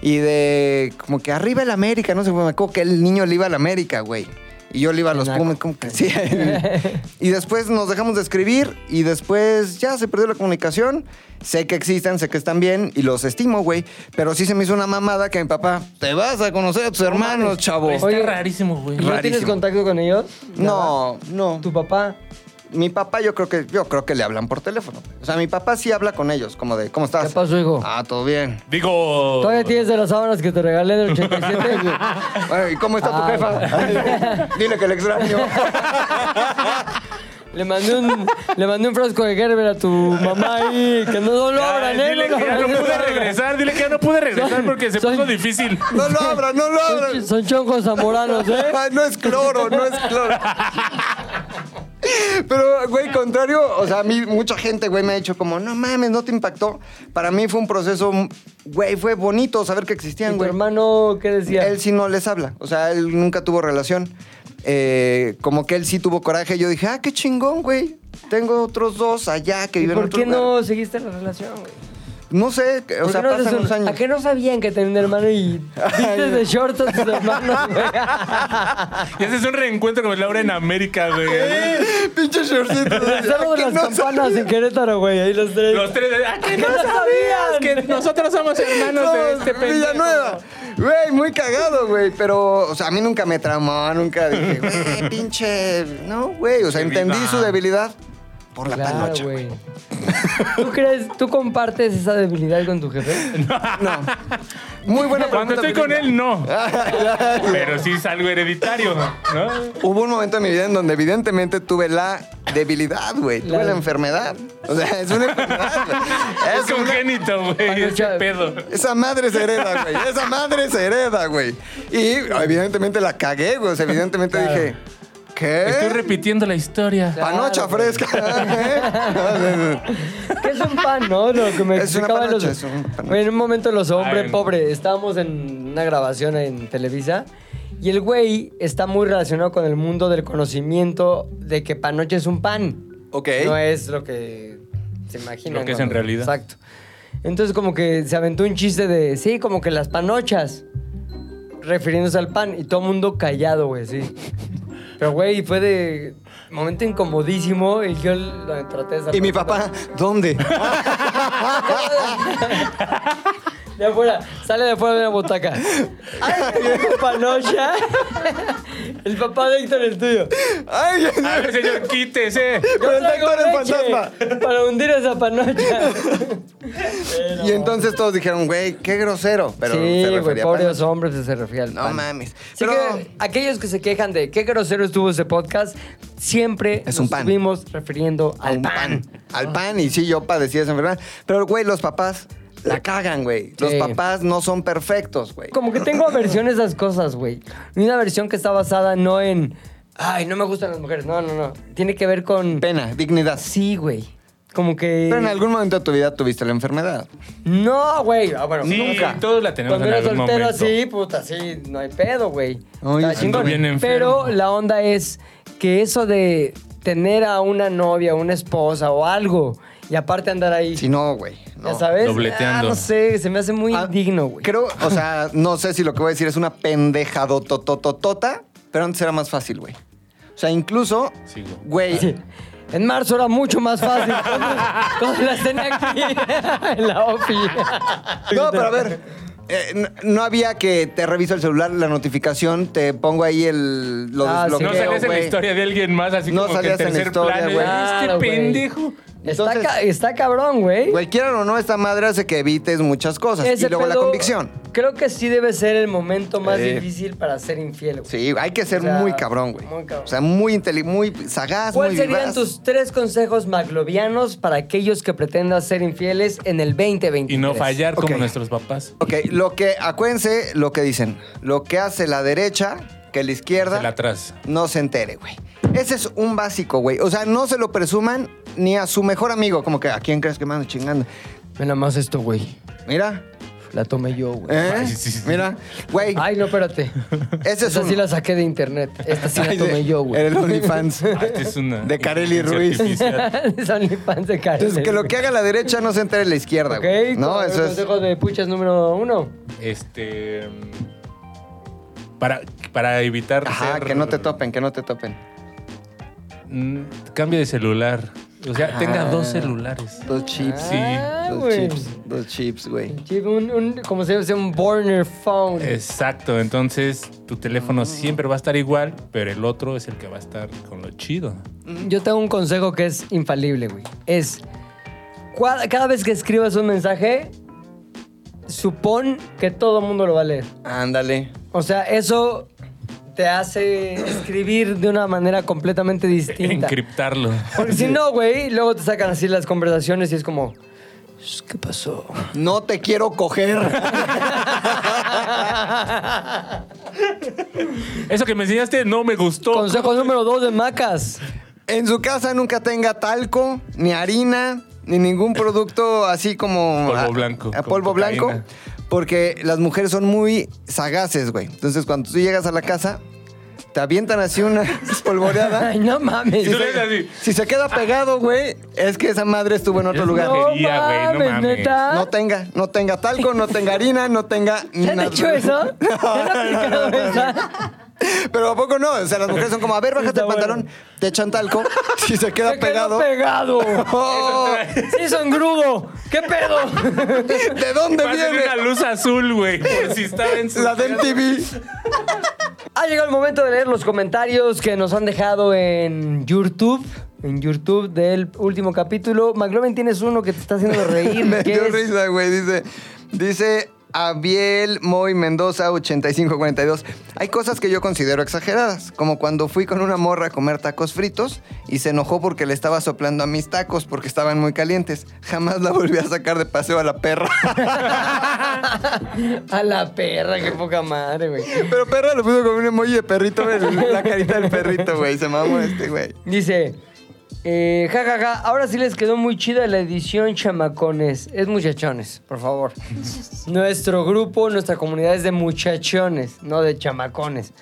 C: Y de como que arriba el América, no sé, me acuerdo que el niño le iba al América, güey. Y yo le iba a los
B: Naco.
C: Pumas, como que sí. y después nos dejamos de escribir y después ya se perdió la comunicación. Sé que existen, sé que están bien y los estimo, güey. Pero sí se me hizo una mamada que mi papá, te vas a conocer a tus hermanos, chavo.
E: Está
B: Oye,
E: rarísimo, güey.
B: ¿Y ¿No tienes
C: Rarísimo.
B: contacto con ellos?
C: No, no.
B: ¿Tu papá?
C: Mi papá yo creo que yo creo que le hablan por teléfono. O sea, mi papá sí habla con ellos, como de, ¿cómo estás?
B: ¿Qué pasó, hijo?
C: Ah, todo bien.
E: Digo.
B: ¿Todavía tienes de las sábanas que te regalé en el 87? güey?
C: Bueno, ¿y cómo está tu
B: Ah.
C: jefa? Dile que le extraño.
B: le, mandé un, le mandé un frasco de Gerber a tu mamá ahí, que no, no lo
E: Ay,
B: abran, ¿eh?
E: Dile que ya no pude regresar, dile que ya no pude regresar porque se
B: Soy-
E: puso difícil.
C: No lo abran, no lo
B: Son,
C: abran. Ah,
B: son chongos zamoranos, ¿eh?
C: Ay, no es cloro, no es cloro. Pero, güey, contrario, o sea, a mí mucha gente, güey, me ha dicho como, no mames, no te impactó. Para mí fue un proceso, güey, fue bonito saber que
B: ¿Y
C: existían,
B: tu
C: güey.
B: hermano qué decía?
C: Él sí no les habla, o sea, él nunca tuvo relación. Eh, como que él sí tuvo coraje, yo dije, ah, qué chingón, güey. Tengo otros dos allá que
B: ¿Y
C: viven en
B: por
C: otro
B: qué
C: lugar".
B: no seguiste la relación, güey?
C: No sé, o
B: ¿Por
C: sea,
B: qué no haces
C: pasan
B: un-
C: unos años.
B: ¿A qué no sabían que tenía un hermano y viste de shorts a tus hermanos, güey?
E: Y ese es un reencuentro con Laura en América, güey.
C: Pinche shortcito.
B: Estamos en las campanas en Querétaro, güey. Ahí los tres.
E: Los tres. ¿A qué no
B: ¿Qué no
E: sabías?
B: sabían?
E: Que nosotros somos hermanos de este pendejo.
C: Villanueva. Güey, muy cagado, güey. Pero, o sea, a mí nunca me tramó, nunca dije, güey, pinche. No, güey. O sea, entendí su debilidad por la
B: Claro,
C: panocha.
B: güey. ¿Tú crees, tú compartes esa debilidad con tu jefe?
C: Muy buena pregunta.
E: Cuando estoy con él, no. Pero sí es algo hereditario, ¿no?
C: Hubo un momento en mi vida en donde, evidentemente, tuve la debilidad, güey. Tuve
B: La-
C: la enfermedad. O sea, es una enfermedad. güey.
E: Es
C: Es una
E: congénito, güey. Ese
B: Panocha.
E: pedo.
C: Esa madre se hereda, güey. Esa madre se hereda, güey. Y evidentemente la cagué, güey. O sea, evidentemente
B: Claro.
C: dije, ¿qué?
E: Estoy repitiendo la historia.
C: Panocha
B: Claro,
C: fresca. ¿eh?
B: Que es un pan, ¿no? Lo que me
C: Es una
B: explicaban los.
C: panocha, es un panocha.
B: Güey, en un momento los hombres
E: Ay, no.
B: pobres, estábamos en una grabación en Televisa y el güey está muy relacionado con el mundo del conocimiento de que panoche es un pan.
C: ok.
B: No es lo que se imagina.
E: Lo que es en realidad.
B: Exacto. Entonces como que se aventó un chiste de, sí, como que las panochas, refiriéndose al pan, y todo el mundo callado, güey, sí. Pero, güey, fue de momento incomodísimo y yo lo traté de
C: Y mi
B: salvar.
C: papá, ¿dónde?
B: De afuera, sale de afuera de una botaca. ¡Ay, panocha! El papá de Héctor, el tuyo.
C: Ay,
E: A ver, señor, quítese.
B: Yo
C: Pero el
B: traigo
C: Héctor es
B: leche
C: fantasma.
B: Para hundir esa panocha.
C: y entonces todos dijeron, güey, qué grosero. Pero se
B: sí, güey,
C: refería a
B: pobres
C: Panocha.
B: hombres se refiere al
C: No
B: pan.
C: mames.
B: Así
C: Pero-
B: que aquellos que se quejan de qué grosero estuvo ese podcast, siempre
C: Es
B: nos
C: un pan.
B: estuvimos refiriendo al
C: Al pan.
B: pan.
C: Al pan, y sí, yo padecí esa enfermedad. Pero, güey, los papás la cagan, güey. Los
B: Sí.
C: papás no son perfectos, güey.
B: Como que tengo aversión a esas cosas, güey. Y Una versión que está basada no en, ay, no me gustan las mujeres, no, no, no. Tiene que ver con...
C: Pena, dignidad.
B: Sí, güey. Como que...
C: Pero en algún momento de tu vida tuviste la enfermedad.
B: No, güey. Ah, bueno,
E: Sí,
B: nunca.
E: todos la tenemos
B: Cuando
E: en
B: eres
E: algún
B: soltero,
E: momento.
B: sí, puta, sí, no hay pedo, güey.
C: Ay,
B: Está
C: sí,
B: chingón.
E: ando bien enfermo.
B: Pero la onda es que eso de tener a una novia, una esposa o algo, y aparte andar ahí,
C: Si no, güey. no.
B: ya sabes.
E: Dobleteando.
B: Ah, no sé, se me hace muy
C: Ah,
B: indigno, güey.
C: Creo, o sea, no sé si lo que voy a decir es una pendejadotototota, tota, pero antes era más fácil, güey. O sea, incluso,
E: Sí,
C: güey,
B: Sí. En marzo era mucho más fácil. Cuando las tenía aquí en la OFI.
C: No, pero a ver. eh, no, no había que te reviso el celular, la notificación, te pongo ahí el. Lo
B: Ah, sí.
E: No
C: desbloqueo,
E: salías en la
C: güey.
E: historia de alguien más, así
C: No
E: como que
C: salías en la
E: tercer
C: historia,
E: plano.
C: güey.
E: Este
B: Claro, güey.
E: pendejo.
B: Está,
C: Entonces-
B: ca- está cabrón, güey.
C: Güey, quieran o no, esta madre hace que evites muchas cosas.
B: Ese
C: y luego la
B: pedo,
C: convicción.
B: Creo que sí debe ser el momento más
C: Sí.
B: difícil para ser infiel. güey.
C: Sí, hay que ser
B: O sea,
C: muy cabrón, güey.
B: muy cabrón.
C: O sea, muy inteli, muy sagaz, muy
B: ¿Cuáles serían
C: vivaz.
B: tus tres consejos maglovianos para aquellos que pretendan ser infieles en el 2023?
E: Y no fallar
C: Pues, Ok.
E: como nuestros papás.
C: Ok, lo que. Acuérdense lo que dicen. Lo que hace la derecha, que la izquierda.
E: Se la atrás.
C: no se entere, güey. Ese es un básico, güey. O sea, no se lo presuman ni a su mejor amigo. Como que, ¿a quién crees que me ando chingando?
B: Ve nada más esto, güey.
C: Mira,
B: La tomé yo, güey.
C: ¿eh?
E: Ay, sí, sí.
C: Mira, güey,
B: Ay, no, espérate.
C: ese es
B: Esta
C: un...
B: sí la saqué de internet. Esta sí la tomé yo, güey.
C: El OnlyFans.
E: Ah, esta es una
C: De Kareli Ruiz.
E: inteligencia artificial.
B: Son ni pan de cara.
C: Entonces, que lo que haga la derecha no se entere la izquierda,
B: Ok,
C: güey. No,
B: el
C: eso es...
B: consejo de puchas número uno.
E: Este. mm, Para, para evitar.
C: Ajá,
E: ser-
C: que no te topen, que no te topen.
E: Mm, Cambie de celular. O sea, tenga dos
C: Ah.
E: celulares.
C: Dos chips.
E: Sí.
B: Ah,
C: Dos
B: güey.
C: chips. Dos chips, güey.
B: Sí, Un, un, como se dice, un burner phone.
C: Eh,
E: Exacto, entonces tu
C: Mm.
E: teléfono siempre va a estar igual, pero el otro es el que va a estar con lo chido.
B: Yo tengo un consejo que es infalible, güey. Es cua- cada vez que escribas un mensaje, supón que todo el mundo lo va a leer.
C: Ándale.
B: O sea, eso te hace escribir de una manera completamente distinta.
E: Encriptarlo.
B: Porque si no, güey, luego te sacan así las conversaciones y es como, ¿qué pasó?
C: No te quiero coger.
E: Eso que me enseñaste no me gustó.
B: Consejo número dos de Macas.
C: En su casa nunca tenga talco, ni harina, ni ningún producto así como...
E: Polvo
C: a-
E: blanco,
C: a
E: con
C: polvo
E: cocaína.
C: blanco. Porque las mujeres son muy sagaces, güey. Entonces, cuando tú llegas a la casa, te avientan así una espolvoreada.
B: Ay, no mames.
E: Y tú le dices así.
C: Si se queda pegado, güey, es que esa madre estuvo en otro
E: Es
C: lugar.
E: una-
B: No
E: Brujería, güey, no
B: mames,
E: mames.
B: neta.
C: No tenga, no tenga talco, no tenga harina, no tenga
B: ¿Te han
C: nada.
B: hecho eso? ¿Te han aplicado esa?
C: Pero ¿a poco no? O sea, las mujeres son como, a ver, bájate
B: Está
C: el pantalón,
B: bueno.
C: te echan talco, si se queda
B: Se quedó
C: pegado.
B: pegado.
C: ¡Oh!
B: Sí, son grudo. ¿Qué pedo?
C: ¿De dónde
E: Va a ser
C: viene?
E: una luz azul, güey. Por si estaba en su.
C: La de MTV.
B: Ha llegado el momento de leer los comentarios que nos han dejado en YouTube. En YouTube del último capítulo. McLovin, tienes uno que te está haciendo reír.
C: Me
B: que
C: dio
B: es-
C: risa, güey. Dice, dice Abiel Moy Mendoza, 8542. Hay cosas que yo considero exageradas, como cuando fui con una morra a comer tacos fritos y se enojó porque le estaba soplando a mis tacos porque estaban muy calientes. Jamás la volví a sacar de paseo a la perra.
B: A la perra, qué poca madre, güey.
C: Pero perra lo puso con un emoji de perrito, el- la carita del perrito, güey. Se mamó este, güey.
B: Dice, eh, ja, ja, ja, ahora sí les quedó muy chida la edición, chamacones. Es muchachones, por favor. Nuestro grupo, nuestra comunidad es de muchachones, no de chamacones.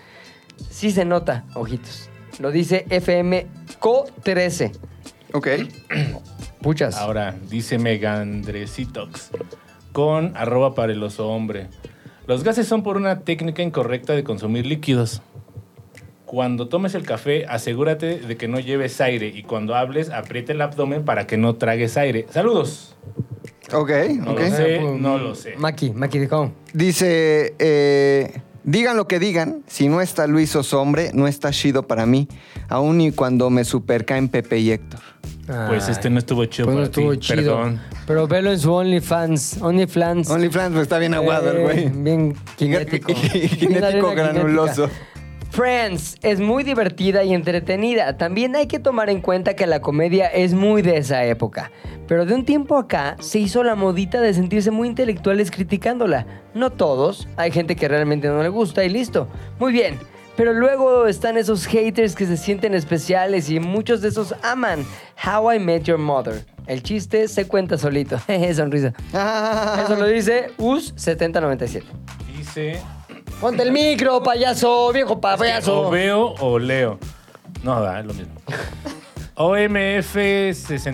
B: Sí se nota, ojitos. Lo dice FM Co 13.
C: Ok.
B: Puchas.
E: Ahora, dice Megandresitox. Con arroba para el oso hombre. Los gases son por una técnica incorrecta de consumir líquidos. Cuando tomes el café, asegúrate de que no lleves aire y cuando hables, aprieta el abdomen para que no tragues aire. Saludos.
C: Ok,
E: No
C: ok.
E: lo sé, no lo sé.
B: Eh, pues, Maki, Maki de Home.
C: Dice, eh, digan lo que digan, si no está Luis Osombre, no está chido para mí, aún y cuando me supercaen Pepe y Héctor.
E: Pues este no estuvo chido
B: Ah, Pues no
E: para
B: estuvo
E: ti,
B: chido.
E: Perdón.
B: Pero velo en su OnlyFans. OnlyFans.
C: OnlyFans pues, está bien aguado el
B: Eh,
C: güey.
B: Bien kinético. Bien
C: Kinético
B: arena
C: granuloso.
B: cinética. Friends es muy divertida y entretenida. También hay que tomar en cuenta que la comedia es muy de esa época. Pero de un tiempo acá se hizo la modita de sentirse muy intelectuales criticándola. No todos, hay gente que realmente no le gusta y listo. Muy bien. Pero luego están esos haters que se sienten especiales y muchos de esos aman How I Met Your Mother. El chiste se cuenta solito. Jeje, Sonrisa.
C: Ah,
B: Eso lo dice US7097.
E: Dice
B: Ponte el micro, payaso, viejo
E: O
B: payaso.
E: veo o leo. No, da, es lo mismo. OMF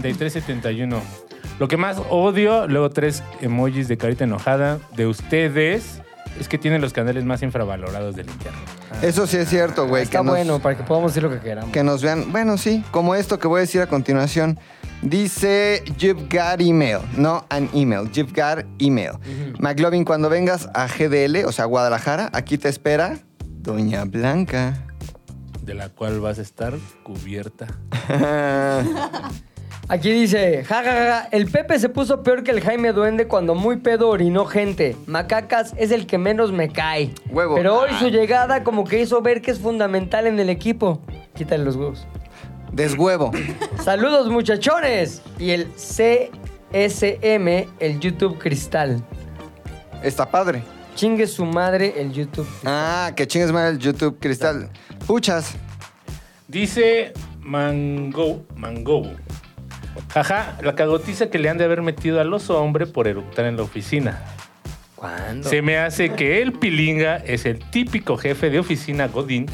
E: 6371. Lo que más odio, luego tres emojis de carita enojada de ustedes, es que tienen los canales más infravalorados del internet.
C: Eso sí es cierto, güey.
B: Está
C: que nos-
B: bueno, para que podamos decir lo que queramos.
C: Que nos vean. Bueno, sí, como esto que voy a decir a continuación. Dice You've got email, no an email. You've got email. McLovin, cuando vengas a GDL, o sea, Guadalajara, aquí te espera Doña Blanca.
E: De la cual vas a estar cubierta.
B: Aquí dice, jajaja, el Pepe se puso peor que el Jaime Duende cuando muy pedo orinó gente. Macacas es el que menos me cae.
C: Huevo. Ah.
B: Pero hoy su llegada como que hizo ver que es fundamental en el equipo. Quítale los huevos.
C: Deshuevo.
B: Saludos muchachones. Y el CSM, el YouTube Cristal.
C: Está padre.
B: Chingue su madre el YouTube.
C: Ah, que chingues mal el YouTube Cristal. Puchas.
E: Dice Mango, Mango. Jaja, la cagotiza que le han de haber metido al oso hombre por eructar en la oficina.
B: ¿Cuándo?
E: Se me hace que el pilinga es el típico jefe de oficina Godín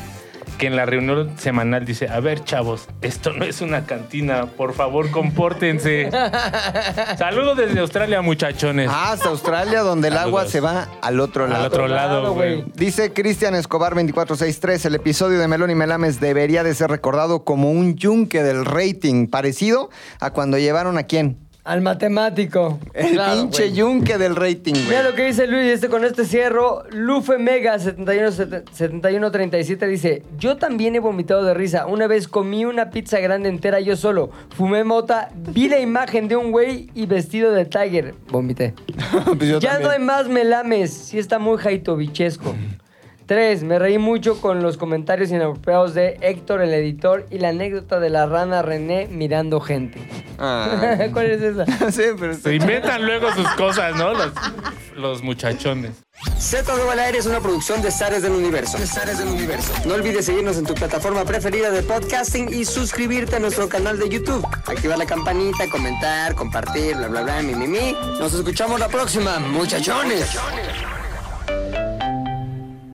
E: que en la reunión semanal dice, a ver chavos, esto no es una cantina, por favor compórtense. Saludos desde Australia muchachones.
C: Ah, hasta Australia, donde el agua
E: Saludos.
C: se va al otro
E: Al
C: lado.
E: otro
B: lado,
E: lado, güey.
B: güey.
C: Dice Cristian Escobar 2463, el episodio de Melón y Melames debería de ser recordado como un yunque del rating, parecido a cuando llevaron a quién.
B: Al matemático.
C: El
B: Claro,
C: pinche
B: güey.
C: yunque del rating, güey.
B: Mira lo que dice Luis, este con este cierro, Lufe Mega 7137 dice, yo también he vomitado de risa. Una vez comí una pizza grande entera yo solo, fumé mota, vi la imagen de un güey y vestido de Tiger. Vomité.
C: Pues yo
B: ya
C: también.
B: no hay más melames, sí está muy jaitovichesco. Tres, me reí mucho con los comentarios inapropiados de Héctor el editor y la anécdota de la rana René mirando gente.
C: Ah.
B: ¿Cuál es esa?
C: sí, pero está-
E: Se inventan luego sus cosas, ¿no? Los, los muchachones.
C: Z de al aire es una producción de Zares del Universo. del Universo. No olvides seguirnos en tu plataforma preferida de podcasting y suscribirte a nuestro canal de YouTube. Activar la campanita, comentar, compartir, bla bla bla, mi mi mi. Nos escuchamos la próxima, muchachones.